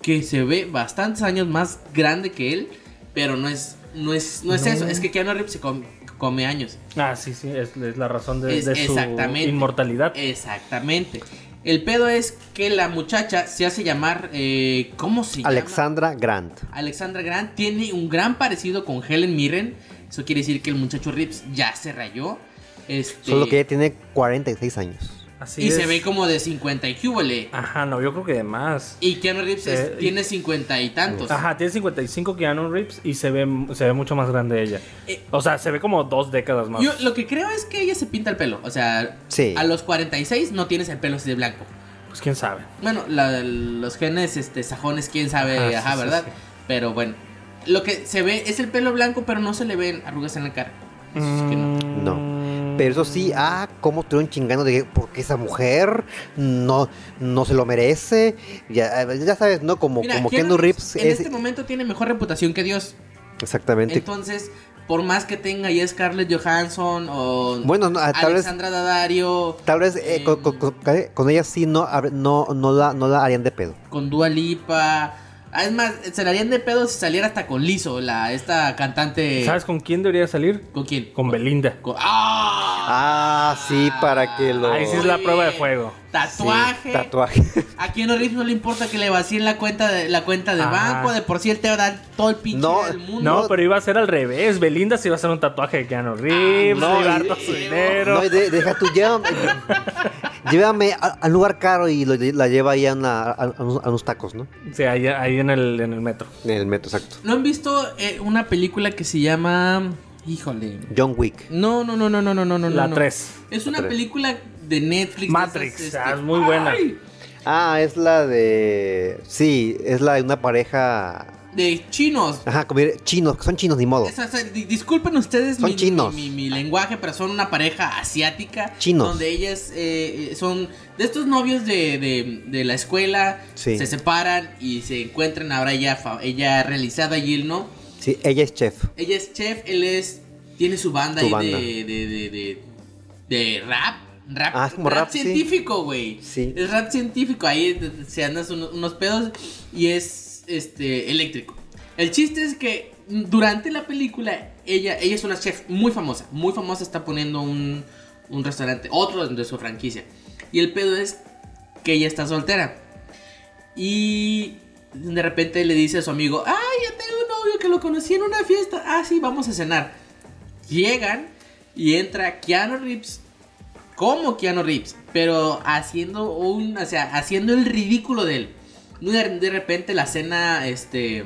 Speaker 4: que se ve bastantes años más grande que él, pero no es, no es, no es eso. Es que Keanu Reeves se come, come años.
Speaker 6: Ah, sí, sí, es, es la razón de,
Speaker 4: Es-
Speaker 6: de su
Speaker 4: exactamente. Eh,
Speaker 6: inmortalidad.
Speaker 4: Exactamente. El pedo es que la muchacha se hace llamar. eh, ¿Cómo se llama?
Speaker 5: Alexandra Grant.
Speaker 4: Alexandra Grant tiene un gran parecido con Helen Mirren. Eso quiere decir que el muchacho Rips ya se rayó. Este,
Speaker 5: Solo que ella tiene 46 años.
Speaker 6: Así
Speaker 4: y se
Speaker 6: es.
Speaker 4: ve como de 50 y cúbole.
Speaker 6: Ajá, no, yo creo que de más.
Speaker 4: Y Keanu Reeves es-
Speaker 6: Eh, y-
Speaker 4: tiene 50 y tantos.
Speaker 6: Ajá, tiene 55 Keanu Reeves y se ve, se ve mucho más grande ella.
Speaker 4: Eh,
Speaker 6: O sea, se ve como dos décadas más.
Speaker 4: Yo lo que creo es que ella se pinta el pelo. O sea,
Speaker 5: Sí.
Speaker 4: a los 46 no tienes el pelo así de blanco.
Speaker 6: Pues quién sabe.
Speaker 4: Bueno, la- los genes este, sajones, quién sabe,
Speaker 5: Ah,
Speaker 6: Ajá,
Speaker 4: ajá,
Speaker 6: sí, sí,
Speaker 4: ¿verdad?
Speaker 6: sí.
Speaker 4: Pero bueno, lo que se ve es el pelo blanco, pero no se le ven arrugas en la cara. Eso Pues, es que
Speaker 5: Mm,
Speaker 4: no.
Speaker 6: Mm.
Speaker 5: No. Pero eso sí, ah, cómo estuvieron chingando de que, porque esa mujer no, no se lo merece. Ya, ya sabes, ¿no? Como,
Speaker 4: Mira,
Speaker 5: como
Speaker 4: Keanu
Speaker 5: Keanu Reeves
Speaker 4: En
Speaker 5: es.
Speaker 4: este momento tiene mejor reputación que Dios.
Speaker 5: Exactamente.
Speaker 4: Entonces, por más que tenga ya Scarlett Johansson o
Speaker 5: Bueno, no, ah, tal vez-
Speaker 4: Alexandra Daddario
Speaker 5: Tal vez eh,
Speaker 4: em,
Speaker 5: con, con- con-
Speaker 6: Mm.
Speaker 5: con ella sí no, hab- no, no, la, no la harían de pedo.
Speaker 4: con Dua Lipa. Ah, Es más, se la harían de pedo si saliera hasta con Lizo, la, esta
Speaker 5: eh,
Speaker 4: cantante.
Speaker 6: ¿Sabes con quién debería salir?
Speaker 4: ¿Con quién?
Speaker 6: Con Belinda.
Speaker 4: Con- ¡Ah!
Speaker 5: Ah, sí, para que lo.
Speaker 6: Ahí sí es la
Speaker 4: Oye.
Speaker 6: prueba de fuego.
Speaker 5: Sí,
Speaker 4: Tatuaje.
Speaker 5: tatuaje.
Speaker 4: A Keanu Reeves no le importa que le vacíen la cuenta de la cuenta de
Speaker 6: Ajá.
Speaker 4: banco, de por cierto te dan todo el pinche
Speaker 5: No,
Speaker 4: del mundo.
Speaker 6: No, pero iba a ser al revés. Belinda se iba a hacer un tatuaje de Keanu Reeves,
Speaker 4: Ah,
Speaker 5: no,
Speaker 6: se iba a dar
Speaker 4: eh,
Speaker 5: y-
Speaker 6: todo su dinero.
Speaker 5: No, y de- deja tú, llévame. llévame a, a un lugar caro y lo lle- la lleva ahí a, una- a- a unos, a unos tacos, ¿no?
Speaker 6: Sí, ahí, ahí en, el, en el metro.
Speaker 5: En el metro, exacto.
Speaker 4: ¿No han visto eh, una película que se llama híjole?
Speaker 5: John Wick.
Speaker 4: No, no, no, no, no, no, no, no.
Speaker 6: la
Speaker 4: no.
Speaker 6: 3.
Speaker 4: Es una
Speaker 5: tres.
Speaker 4: película de Netflix. de
Speaker 6: Matrix,
Speaker 4: esas, este,
Speaker 6: ah, es muy buena.
Speaker 4: ¡ay!
Speaker 5: Ah, es la de. Sí, es la de una pareja.
Speaker 4: De chinos.
Speaker 5: Ajá, como dire- chinos, que son chinos ni modo.
Speaker 4: Es- es- di- disculpen ustedes
Speaker 5: Son
Speaker 4: mi,
Speaker 5: chinos.
Speaker 4: Mi, mi- mi lenguaje, pero son una pareja asiática.
Speaker 5: Chinos.
Speaker 4: Donde ellas eh, eh, son de estos novios de, de- de la escuela.
Speaker 5: Sí.
Speaker 4: Se separan y se encuentran ahora ella, fa- ella realizada y él no.
Speaker 5: Sí, ella es chef.
Speaker 4: Ella es chef, él es. Tiene su banda
Speaker 5: Su
Speaker 4: ahí
Speaker 5: banda.
Speaker 4: De, de, de, de- de rap. Rap,
Speaker 5: Ah, es como rap, sí.
Speaker 4: científico, güey.
Speaker 5: Sí.
Speaker 4: Es rap científico. Ahí te- se andas unos, unos pedos y es este eléctrico. El chiste es que mm, durante la película, ella, ella es una chef muy famosa. Muy famosa, está poniendo un, un restaurante, otro de su franquicia. Y el pedo es que ella está soltera. Y de repente le dice a su amigo, ay, ya tengo un novio que lo conocí en una fiesta. Ah, sí, vamos a cenar. Llegan y entra Keanu Reeves. Como Keanu Reeves, pero haciendo un, o sea, haciendo el ridículo de él. De, de repente la cena, este,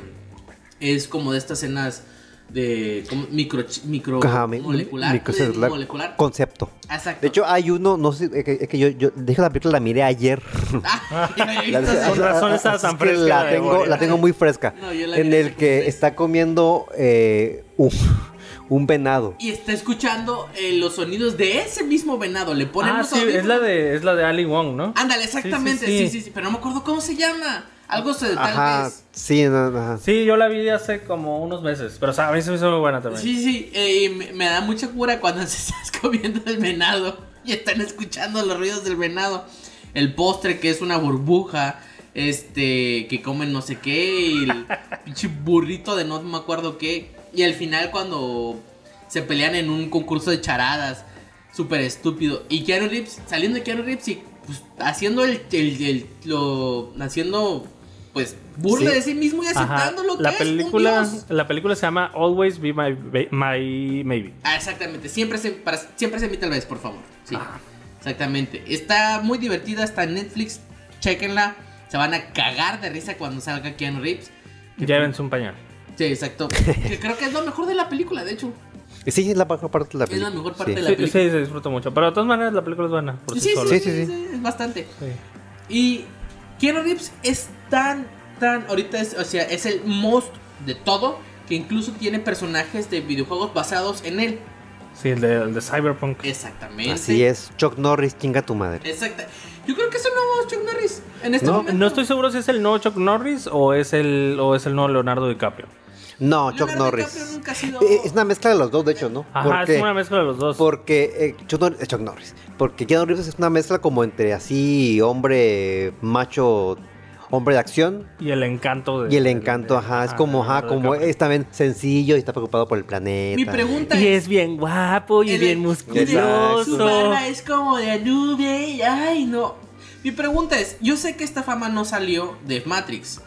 Speaker 4: es como de estas cenas de como micro, micro
Speaker 5: Ajá, mi-
Speaker 4: molecular,
Speaker 5: microcelular.
Speaker 4: molecular.
Speaker 5: Concepto.
Speaker 4: Exacto.
Speaker 5: De hecho, hay uno, no sé, es que, es que yo, yo, de hecho, la película la miré ayer.
Speaker 4: Ah, ya había
Speaker 5: La-
Speaker 4: visto
Speaker 5: la-
Speaker 4: eso.
Speaker 6: Con razón
Speaker 5: la-
Speaker 6: estaba tan
Speaker 5: ah,
Speaker 6: eh,
Speaker 5: es que
Speaker 6: fresca la
Speaker 5: La
Speaker 6: de
Speaker 5: tengo,
Speaker 6: Borea.
Speaker 5: la tengo muy fresca.
Speaker 4: No, yo la
Speaker 5: en
Speaker 4: miré
Speaker 5: el que
Speaker 4: hace
Speaker 5: está comiendo eh, un, un venado.
Speaker 4: y está escuchando eh, los sonidos de ese mismo venado. Le ponen
Speaker 6: Ah,
Speaker 4: los
Speaker 6: sí, es
Speaker 4: audífonos.
Speaker 6: la de, es la de Ali Wong, ¿no?
Speaker 4: Ándale, exactamente.
Speaker 6: Sí,
Speaker 4: Sí
Speaker 6: sí,
Speaker 4: sí
Speaker 6: sí.
Speaker 4: sí. pero no me acuerdo cómo se llama. Algo se tal
Speaker 5: Ajá,
Speaker 4: vez.
Speaker 5: sí, no, no, ajá.
Speaker 6: Sí, yo la vi hace como unos meses. Pero o sea, a mí se me hizo muy buena también.
Speaker 4: Sí, sí, eh, y me, me da mucha cura cuando se estás comiendo el venado y están escuchando los ruidos del venado. El postre que es una burbuja, este, que comen no sé qué, y el pinche burrito de no me acuerdo qué. Y al final cuando se pelean en un concurso de charadas, súper estúpido. Y Keanu Reeves, saliendo de Keanu Reeves y pues, haciendo el, el- el- lo, haciendo, pues, burla
Speaker 5: Sí.
Speaker 4: de sí mismo y
Speaker 6: Ajá.
Speaker 4: aceptando lo que
Speaker 6: La
Speaker 4: es un
Speaker 6: película,
Speaker 4: dios.
Speaker 6: la película se llama Always Be My, Ba- My Maybe.
Speaker 4: Ah, exactamente. Siempre se, para, siempre se mi tal vez, por favor. Sí. Exactamente. Está muy divertida, está en Netflix. Chequenla. Se van a cagar de risa cuando salga Keanu Reeves.
Speaker 6: Llévense un pañal.
Speaker 4: Sí, exacto. Que creo que es lo mejor de la película, de hecho.
Speaker 5: Sí, es la mejor parte de la película.
Speaker 4: mejor parte
Speaker 5: sí.
Speaker 4: de la-
Speaker 6: Sí, sí,
Speaker 4: película.
Speaker 6: se disfruta mucho. Pero de todas maneras, la película es buena. Por
Speaker 4: Sí,
Speaker 6: sí,
Speaker 4: sí,
Speaker 6: sola.
Speaker 4: sí,
Speaker 5: Sí, sí,
Speaker 4: sí,
Speaker 5: sí.
Speaker 4: sí, es bastante.
Speaker 6: Sí.
Speaker 4: Y Keanu Reeves es tan, tan, ahorita es, o sea, es el most de todo, que incluso tiene personajes de videojuegos basados en él.
Speaker 6: Sí, el de, el de Cyberpunk.
Speaker 4: Exactamente.
Speaker 5: Así es, Chuck Norris, chinga tu madre.
Speaker 4: Exacto. Yo creo que es el nuevo Chuck Norris en este
Speaker 5: No,
Speaker 4: momento.
Speaker 6: No estoy seguro si es el nuevo Chuck Norris o es el o es el nuevo Leonardo DiCaprio.
Speaker 5: No, Chuck
Speaker 4: Leonardo DiCaprio
Speaker 5: Norris.
Speaker 4: nunca ha sido-
Speaker 5: Eh, Es una mezcla de los dos, de hecho, ¿no?
Speaker 6: Ajá,
Speaker 5: Porque-
Speaker 6: es una mezcla de los dos.
Speaker 5: Porque eh, Chuck, Nor- eh, Chuck Norris. Porque Keanu Reeves es una mezcla como entre así hombre macho, hombre de acción
Speaker 6: Y el encanto de.
Speaker 5: y el encanto,
Speaker 6: de- Ah,
Speaker 5: ajá, es como ajá,
Speaker 6: de
Speaker 5: como
Speaker 6: Capri.
Speaker 5: es también sencillo y está preocupado por el planeta.
Speaker 4: Mi pregunta
Speaker 6: Y
Speaker 4: es.
Speaker 6: es bien guapo y
Speaker 4: el-
Speaker 6: bien
Speaker 4: Su
Speaker 6: musculoso.
Speaker 4: barba es como de nube. y- Ay, no. Mi pregunta es, yo sé que esta fama no salió de Matrix.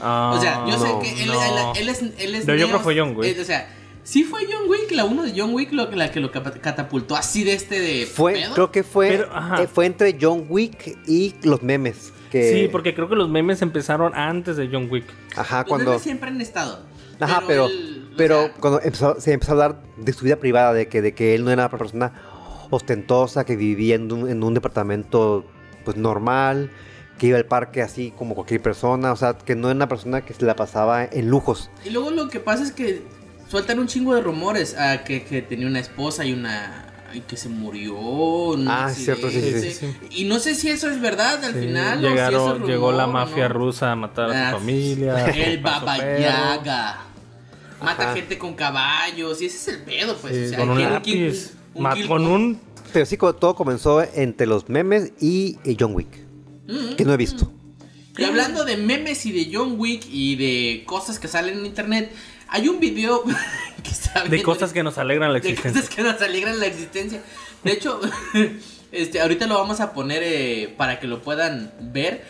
Speaker 6: Ah,
Speaker 4: O sea, yo
Speaker 5: no,
Speaker 4: sé que él,
Speaker 6: no.
Speaker 4: él- él es, él es
Speaker 6: No,
Speaker 4: Neo.
Speaker 6: yo creo que fue John Wick.
Speaker 4: Eh, o sea, sí fue John Wick, la uno de John Wick lo, la que lo capa- catapultó así de este de
Speaker 5: Fue,
Speaker 4: pedo.
Speaker 5: creo que fue,
Speaker 6: Pero, ajá.
Speaker 5: eh, fue entre John Wick y los memes. Que,
Speaker 6: Sí, porque creo que los memes empezaron antes de John Wick.
Speaker 5: Ajá,
Speaker 4: Los
Speaker 5: cuando.
Speaker 4: memes siempre han estado.
Speaker 5: Ajá, pero,
Speaker 4: él, o
Speaker 5: pero
Speaker 4: sea,
Speaker 5: cuando empezó- se empezó a hablar de su vida privada, de que, de que él no era una persona ostentosa, que vivía en un, en un departamento pues normal, que iba al parque así como cualquier persona, o sea, que no era una persona que se la pasaba en lujos.
Speaker 4: Y luego lo que pasa es que sueltan un chingo de rumores a que, que tenía una esposa y una y que se murió. en un
Speaker 5: Ah, cierto, sí, sí,
Speaker 4: accidente.
Speaker 6: sí,
Speaker 4: Y no sé si eso es verdad al
Speaker 6: Sí,
Speaker 4: final.
Speaker 6: llegaron-
Speaker 4: o si eso es
Speaker 6: llegó
Speaker 4: rumor
Speaker 6: la
Speaker 4: o
Speaker 6: mafia
Speaker 4: no.
Speaker 6: rusa a matar a
Speaker 4: Ah,
Speaker 6: su familia.
Speaker 4: El
Speaker 6: a su
Speaker 4: Baba
Speaker 6: perro.
Speaker 4: Yaga. Mata
Speaker 5: Ajá.
Speaker 4: gente con caballos. Y ese es el pedo, pues.
Speaker 6: Sí,
Speaker 4: o sea,
Speaker 6: con un
Speaker 4: Kill-
Speaker 6: lápiz.
Speaker 4: Kill-
Speaker 6: Ma-
Speaker 4: Kill-
Speaker 6: con un.
Speaker 5: Pero sí, co- todo comenzó entre los memes y, y John Wick,
Speaker 4: Mm,
Speaker 5: que no he visto.
Speaker 4: Y hablando de memes y de John Wick y de cosas que salen en internet, hay un video que está
Speaker 6: De
Speaker 4: viendo-
Speaker 6: cosas que nos alegran la
Speaker 4: de
Speaker 6: existencia.
Speaker 4: cosas que nos alegran la existencia. De hecho, este, ahorita lo vamos a poner eh, para que lo puedan ver.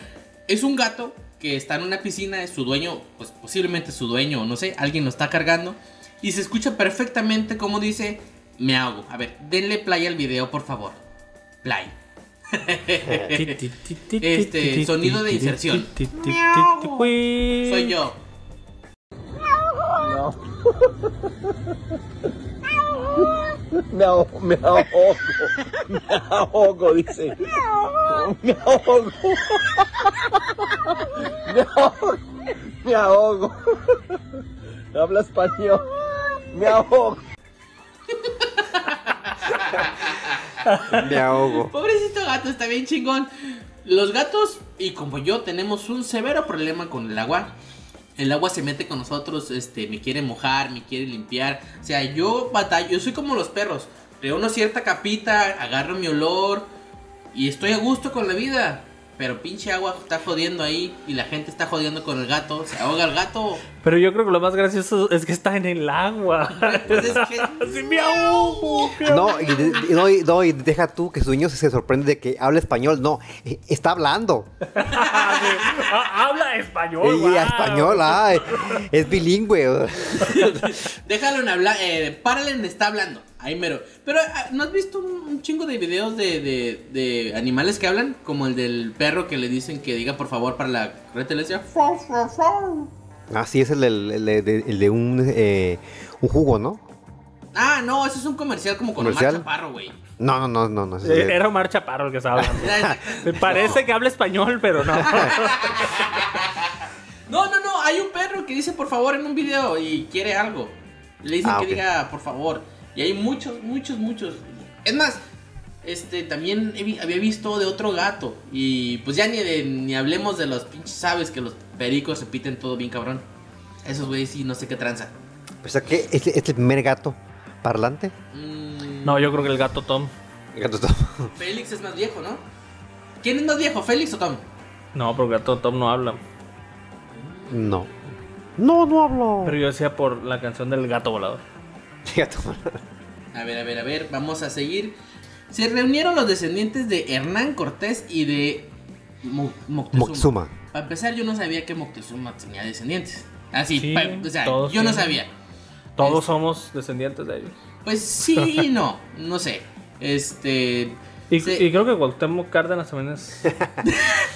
Speaker 4: Es un gato que está en una piscina, su dueño, pues posiblemente su dueño, no sé, alguien lo está cargando. Y se escucha perfectamente como dice, me hago. A ver, denle play al video, por favor. Play. Este, sonido de inserción. Soy yo.
Speaker 2: Me ahogo, me ahogo, me ahogo, dice. Me ahogo. Me ahogo. Me ahogo. Habla español. Me ahogo.
Speaker 5: Me ahogo.
Speaker 4: Pobrecito gato, está bien chingón. Los gatos, y como yo, tenemos un severo problema con el agua. El agua se mete con nosotros, este, me quiere mojar, me quiere limpiar. O sea, yo batallo, yo soy como los perros. Reúno cierta capita, agarro mi olor y estoy a gusto con la vida. Pero pinche agua está jodiendo ahí y la gente está jodiendo con el gato. Se ahoga el gato.
Speaker 6: Pero yo creo que lo más gracioso es que está en el agua.
Speaker 4: Pues es que-
Speaker 6: Así, miau, miau.
Speaker 5: No y, de- y no, y- no, y deja tú que su niño se sorprende de que habla español. No, eh, está hablando.
Speaker 6: Ah, Habla español.
Speaker 5: y
Speaker 6: guau.
Speaker 5: español, ah, es bilingüe.
Speaker 4: Déjalo en hablar, eh, párale en está hablando. Ahí mero. Pero, ah, ¿no has visto un, un chingo de videos de, de- de animales que hablan? Como el del perro que le dicen que diga por favor para la red y le decía, "Fau, fau, fau".
Speaker 5: Ah, sí, es el, del- el de- de- el de un, eh, un jugo, ¿no?
Speaker 4: Ah, no, eso es un comercial como con
Speaker 5: ¿Comercial?
Speaker 4: Omar Chaparro, güey.
Speaker 5: No, no, no, no. no es el
Speaker 6: Eh,
Speaker 5: de-
Speaker 6: Era Omar Chaparro el que estaba hablando.
Speaker 4: Era exacto.
Speaker 6: Me parece que habla español, pero no.
Speaker 4: No, no, no, hay un perro que dice por favor en un video y quiere algo. Le dicen
Speaker 5: Ah,
Speaker 4: que
Speaker 5: ok.
Speaker 4: diga por favor. Y hay muchos, muchos, muchos. Es más, este también he vi- había visto de otro gato. Y pues ya ni, de- ni hablemos de los pinches aves que los pericos repiten todo bien cabrón. Esos güeyes sí, no sé qué tranza.
Speaker 5: O sea, que es, es el primer gato parlante.
Speaker 4: Mm,
Speaker 6: No, yo creo que el gato Tom.
Speaker 5: El gato Tom.
Speaker 4: Félix es más viejo, ¿no? ¿Quién es más viejo, Félix o Tom?
Speaker 6: No, porque el gato Tom no habla.
Speaker 5: No. No, no hablo.
Speaker 6: Pero yo decía por la canción del gato volador.
Speaker 5: Gato.
Speaker 4: A ver, a ver, a ver, vamos a seguir. Se reunieron los descendientes de Hernán Cortés y de Mo- Moctezuma.
Speaker 5: Moctezuma.
Speaker 4: Para empezar, yo no sabía que Moctezuma tenía descendientes. Así,
Speaker 6: Sí,
Speaker 4: o sea, yo
Speaker 6: todos
Speaker 4: no
Speaker 6: tienen.
Speaker 4: sabía.
Speaker 6: Todos
Speaker 4: Este-
Speaker 6: somos descendientes de ellos.
Speaker 4: Pues sí y no, no sé. Este.
Speaker 6: Y,
Speaker 4: se-
Speaker 6: y creo que Cuauhtémoc Cárdenas también es.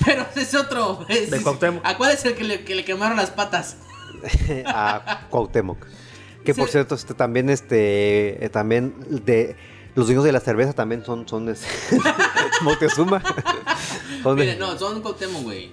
Speaker 4: Pero es otro. es-
Speaker 6: De Cuauhtémoc.
Speaker 4: ¿A cuál es el que le, que le quemaron las patas?
Speaker 5: A Cuauhtémoc. Que por
Speaker 4: Sí.
Speaker 5: cierto, este, también, este, eh, también de los dueños de la cerveza también son, son de Moctezuma. Son de-
Speaker 4: Mire, no, son Cuauhtémoc, güey.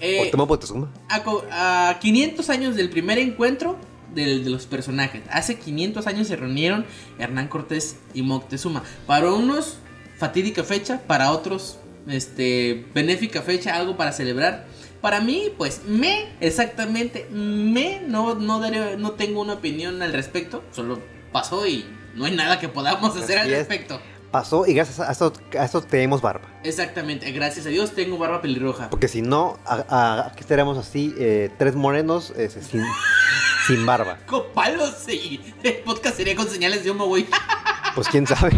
Speaker 4: Eh,
Speaker 5: Cuauhtémoc Moctezuma.
Speaker 4: a, co- a 500 años del primer encuentro del- de los personajes. Hace 500 años se reunieron Hernán Cortés y Moctezuma. Para unos, fatídica fecha, para otros, este, benéfica fecha, algo para celebrar. Para mí, pues me, exactamente, me, no, no, daré, no tengo una opinión al respecto, solo pasó y no hay nada que podamos hacer al
Speaker 5: Así es.
Speaker 4: respecto.
Speaker 5: Pasó y gracias a eso, a eso tenemos barba.
Speaker 4: Exactamente, gracias a Dios tengo barba pelirroja.
Speaker 5: Porque si no, a- a- aquí estaríamos así, eh, tres morenos eh, sin, sin barba.
Speaker 4: Con palos y el podcast sería con señales de humo, güey.
Speaker 5: Pues quién sabe.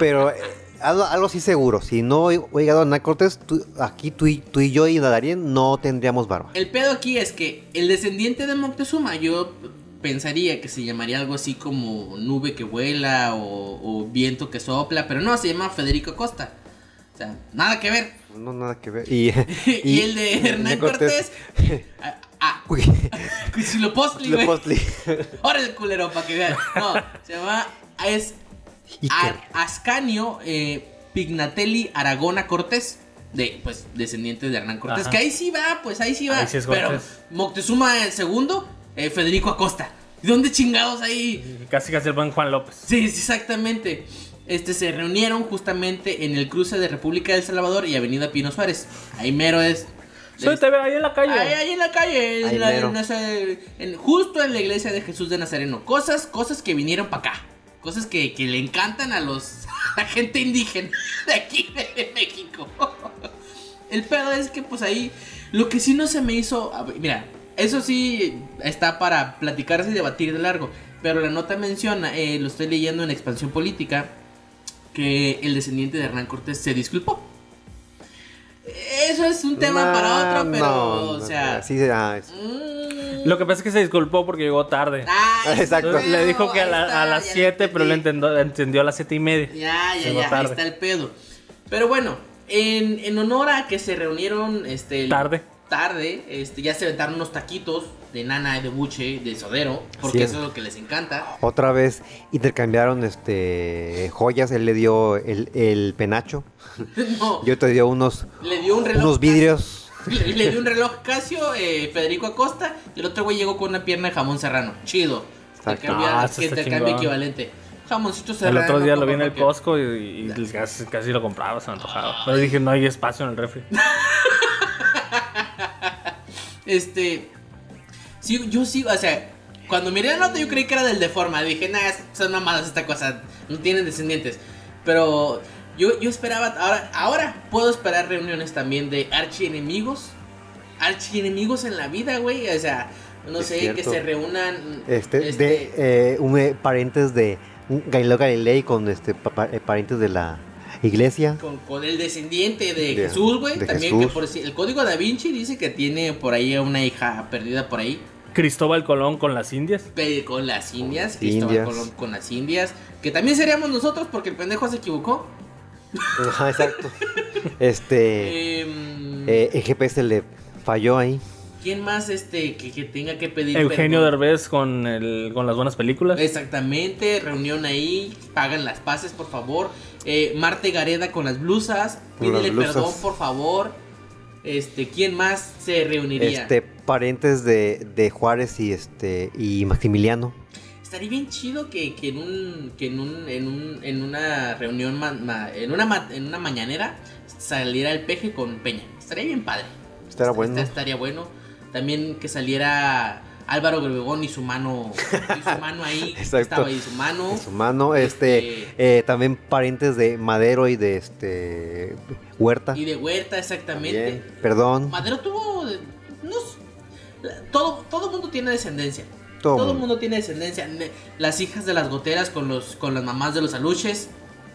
Speaker 5: Pero eh, algo, algo sí seguro. Si no he he llegado a Nacortes, tú- aquí tú y, tú y yo y Darien no tendríamos barba.
Speaker 4: El pedo aquí es que el descendiente de Moctezuma, yo pensaría que se llamaría algo así como nube que vuela o, o viento que sopla, pero no, se llama Federico Costa. O sea, nada que ver.
Speaker 5: No, nada que ver. Y,
Speaker 4: Y, el de Hernán Cortés. Ah, ah,
Speaker 5: Uy,
Speaker 4: Huitzilopochtli,
Speaker 5: le
Speaker 4: güey.
Speaker 5: postli.
Speaker 4: Ahora el culero, para que vean. No, se llama. Es Ar-
Speaker 5: Iker.
Speaker 4: Ascanio eh, Pignatelli Aragona Cortés. De, pues, descendiente de Hernán Cortés.
Speaker 6: Ajá.
Speaker 4: Que ahí sí va, pues ahí sí va.
Speaker 6: Ahí sí es
Speaker 4: pero
Speaker 6: Cortés.
Speaker 4: Moctezuma el segundo, eh, Federico Acosta. ¿De dónde chingados ahí?
Speaker 6: Casi casi el buen Juan López.
Speaker 4: Sí, sí, exactamente. Este, se reunieron justamente en el cruce de República del Salvador y Avenida Pino Suárez. Ahí mero es.
Speaker 6: Soy te veo ahí en la calle.
Speaker 4: Ahí, ahí en la calle, en
Speaker 5: Ahí
Speaker 4: la-
Speaker 5: mero.
Speaker 4: en esa- en- justo en la iglesia de Jesús de Nazareno. Cosas, cosas que vinieron para acá. Cosas que, que le encantan a los a la gente indígena de aquí de México. El pedo es que pues ahí lo que sí no se me hizo, a ver, mira, eso sí está para platicarse y debatir de largo, pero la nota menciona, eh, lo estoy leyendo en Expansión Política, que el descendiente de Hernán Cortés se disculpó. Eso es un tema
Speaker 5: Nah,
Speaker 4: para otro, pero
Speaker 5: no,
Speaker 4: o
Speaker 5: no,
Speaker 4: sea,
Speaker 5: sí, ah, es-
Speaker 4: Mm.
Speaker 6: Lo que pasa es que se disculpó porque llegó tarde.
Speaker 4: Ay,
Speaker 5: Exacto.
Speaker 4: pero
Speaker 6: Le dijo que a,
Speaker 4: Ah, ahí
Speaker 6: la-
Speaker 4: está,
Speaker 6: a
Speaker 4: ya
Speaker 6: las
Speaker 4: lo
Speaker 6: 7, pero le
Speaker 4: entendí.
Speaker 6: entendió, entendió a las 7 y media.
Speaker 4: Ya, ya,
Speaker 6: Llegó
Speaker 4: ya, ahí
Speaker 6: tarde.
Speaker 4: está el pedo. Pero bueno, en, en honor a que se reunieron este el-
Speaker 6: Tarde.
Speaker 4: tarde, este, ya se aventaron unos taquitos de nana, de buche, de sodero, porque
Speaker 5: Así es.
Speaker 4: eso es lo que les encanta.
Speaker 5: Otra vez intercambiaron este joyas, él le dio el, el penacho,
Speaker 4: No,
Speaker 5: yo te dio unos,
Speaker 4: le dio un reloj.
Speaker 5: unos vidrios.
Speaker 4: Le, le dio un reloj Casio, eh, Federico Acosta, y el otro güey llegó con una pierna de jamón serrano. Chido.
Speaker 5: Exacto.
Speaker 4: Intercambia-
Speaker 6: Ah, eso
Speaker 4: que
Speaker 6: está
Speaker 4: intercambio
Speaker 6: chingón.
Speaker 4: equivalente. Jamoncito
Speaker 6: El
Speaker 4: serrano.
Speaker 6: otro día lo
Speaker 4: papá,
Speaker 6: vi en el
Speaker 4: papá.
Speaker 6: Costco y, y casi, casi lo compraba, se me antojaba. Pero dije, no hay espacio en el refri.
Speaker 4: Este. Sí, yo sí, o sea, cuando miré la nota yo creí que era del deforma. Dije, nah, es- son mamadas esta cosa, no tienen descendientes. Pero yo, yo esperaba, ahora, ahora puedo esperar reuniones también de archienemigos. Archienemigos en la vida, güey. O sea, no
Speaker 5: Es
Speaker 4: sé, que
Speaker 5: cierto.
Speaker 4: se reúnan.
Speaker 5: Este,
Speaker 4: este,
Speaker 5: de eh, un, eh, parientes de Galileo Galilei con este pa- pa- eh, parientes de la iglesia.
Speaker 4: Con, con el descendiente de
Speaker 5: De-
Speaker 4: Jesús, güey.
Speaker 5: de
Speaker 4: También
Speaker 5: Jesús.
Speaker 4: que por si- el código da Vinci dice que tiene por ahí a una hija perdida por ahí.
Speaker 6: Cristóbal Colón con las indias.
Speaker 4: Pe- con las indias,
Speaker 5: las
Speaker 4: Cristóbal
Speaker 5: indias.
Speaker 4: Colón con las indias, que también seríamos nosotros porque el pendejo se equivocó.
Speaker 5: Ajá, exacto. Este
Speaker 4: Em,
Speaker 5: eh, el GPS le falló ahí.
Speaker 4: ¿Quién más este que, que tenga que pedir
Speaker 6: Eugenio
Speaker 4: perdón?
Speaker 6: Derbez con, el, con las buenas películas.
Speaker 4: Exactamente, reunión ahí, pagan las pases, por favor. Eh, Marte Gareda con las blusas,
Speaker 5: Con las
Speaker 4: pídele
Speaker 5: blusas.
Speaker 4: perdón, por favor. Este, ¿quién más se reuniría?
Speaker 5: Este parientes de, de Juárez y este y Maximiliano.
Speaker 4: Estaría bien chido que, que en un que en un en un en una reunión ma- ma- en una ma- en una mañanera saliera el peje con Peña. Estaría bien padre.
Speaker 5: Estará
Speaker 4: Est-
Speaker 5: Este bueno.
Speaker 4: est- Este, Estaría bueno. También que saliera Álvaro Gregón y su mano y su mano ahí. que
Speaker 5: Exacto.
Speaker 4: Estaba ahí su mano.
Speaker 5: En su mano, este, eh, también parientes de Madero y de este Huerta.
Speaker 4: Y de Huerta exactamente.
Speaker 5: También. Perdón.
Speaker 4: Madero tuvo unos- todo todo mundo tiene descendencia.
Speaker 5: Todo
Speaker 4: Todo el
Speaker 5: mundo.
Speaker 4: mundo tiene descendencia. Ne- Las hijas de las goteras con los con las mamás de los aluches.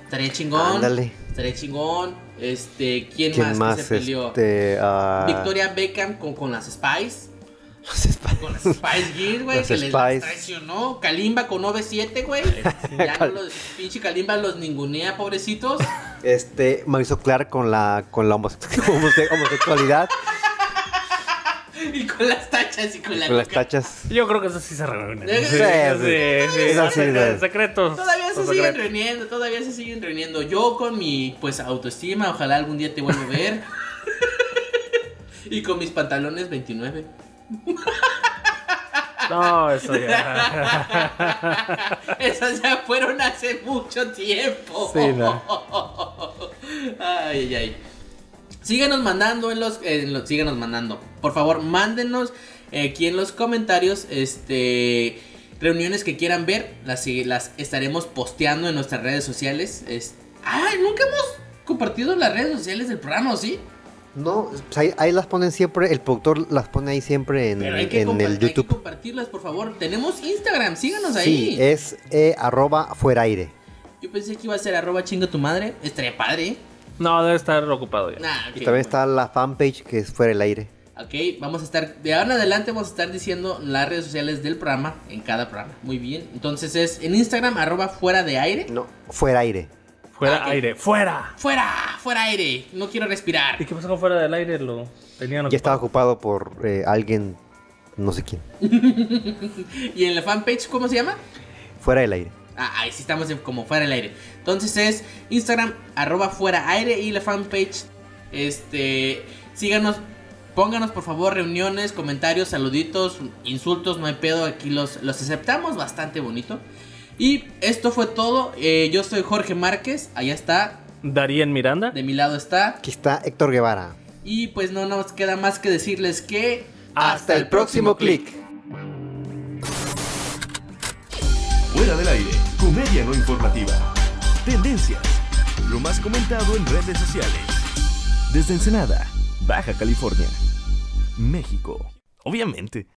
Speaker 4: Estaría chingón.
Speaker 5: Ándale.
Speaker 4: Estaría chingón. Este, ¿quién,
Speaker 5: ¿Quién
Speaker 4: más, que
Speaker 5: más?
Speaker 4: se peleó?
Speaker 5: Este, ah,
Speaker 4: Victoria Beckham con, con las Spice.
Speaker 5: los espa-
Speaker 4: Con las Spice Girls, güey.
Speaker 5: Las
Speaker 4: que les
Speaker 5: Spice.
Speaker 4: las traicionó. Kalimba con 9-7, güey. Ya no los, pinche Kalimba los ningunea, pobrecitos.
Speaker 5: Este, Mauricio Clark con la con la homose- homose- homosexualidad,
Speaker 4: y con las tachas y con la
Speaker 5: con las
Speaker 4: coca.
Speaker 5: tachas.
Speaker 6: Yo creo que eso sí se reúnen.
Speaker 4: Sí, sí,
Speaker 5: sí. Eso sí,
Speaker 6: Secre-
Speaker 5: sí.
Speaker 6: Secretos.
Speaker 4: Todavía se
Speaker 6: Los
Speaker 4: siguen
Speaker 6: secretos.
Speaker 4: reuniendo, todavía se siguen reuniendo. Yo con mi pues autoestima, ojalá algún día te vuelva a ver. y con mis pantalones 29.
Speaker 6: No, eso ya.
Speaker 4: Esas ya fueron hace mucho tiempo.
Speaker 6: Sí, no.
Speaker 4: Ay, ay, ay. Síganos mandando en los, eh, en los- síganos mandando. Por favor, mándenos eh, aquí en los comentarios este reuniones que quieran ver, las las estaremos posteando en nuestras redes sociales. Es- ah, nunca hemos compartido las redes sociales del programa, ¿o ¿sí?
Speaker 5: No, pues ahí, ahí las ponen siempre, el productor las pone ahí siempre en,
Speaker 4: Pero hay que,
Speaker 5: en
Speaker 4: compa- hay
Speaker 5: el
Speaker 4: que
Speaker 5: YouTube.
Speaker 4: compartirlas, por favor. Tenemos Instagram, síganos ahí.
Speaker 5: Sí, es eh, arroba fuera aire.
Speaker 4: Yo pensé que iba a ser arroba chinga tu madre. Estaría padre. ¿eh?
Speaker 6: No, debe estar ocupado ya.
Speaker 4: Nah, ok,
Speaker 5: Y también está la fanpage que es fuera el aire.
Speaker 4: Ok, vamos a estar, de ahora en adelante vamos a estar diciendo las redes sociales del programa en cada programa. Muy bien, entonces es en Instagram, arroba fuera de aire.
Speaker 5: No, fuera aire.
Speaker 6: Fuera
Speaker 4: Ah, ok.
Speaker 6: aire, fuera.
Speaker 4: Fuera, fuera aire, no quiero
Speaker 6: ¿Y
Speaker 4: respirar.
Speaker 6: qué pasó con fuera del aire? Lo tenían
Speaker 5: Ya estaba
Speaker 6: ocupado.
Speaker 5: ocupado por eh, alguien, no sé quién.
Speaker 4: ¿Y en la fanpage cómo se llama?
Speaker 5: Fuera del aire.
Speaker 4: Ah, ahí sí estamos en- como fuera del aire. Entonces es Instagram, arroba fuera aire y la fanpage. Este, síganos, pónganos por favor reuniones, comentarios, saluditos, insultos, no hay pedo, aquí los, los aceptamos bastante bonito. Y esto fue todo. eh, yo soy Jorge Márquez, allá está,
Speaker 6: Darien Miranda.
Speaker 4: de mi lado está.
Speaker 5: Aquí está Héctor Guevara.
Speaker 4: Y pues no nos queda más que decirles que...
Speaker 5: Hasta el próximo clic.
Speaker 3: Fuera del aire, comedia no informativa. Tendencias, lo más comentado en redes sociales. Desde Ensenada, Baja California, México. Obviamente.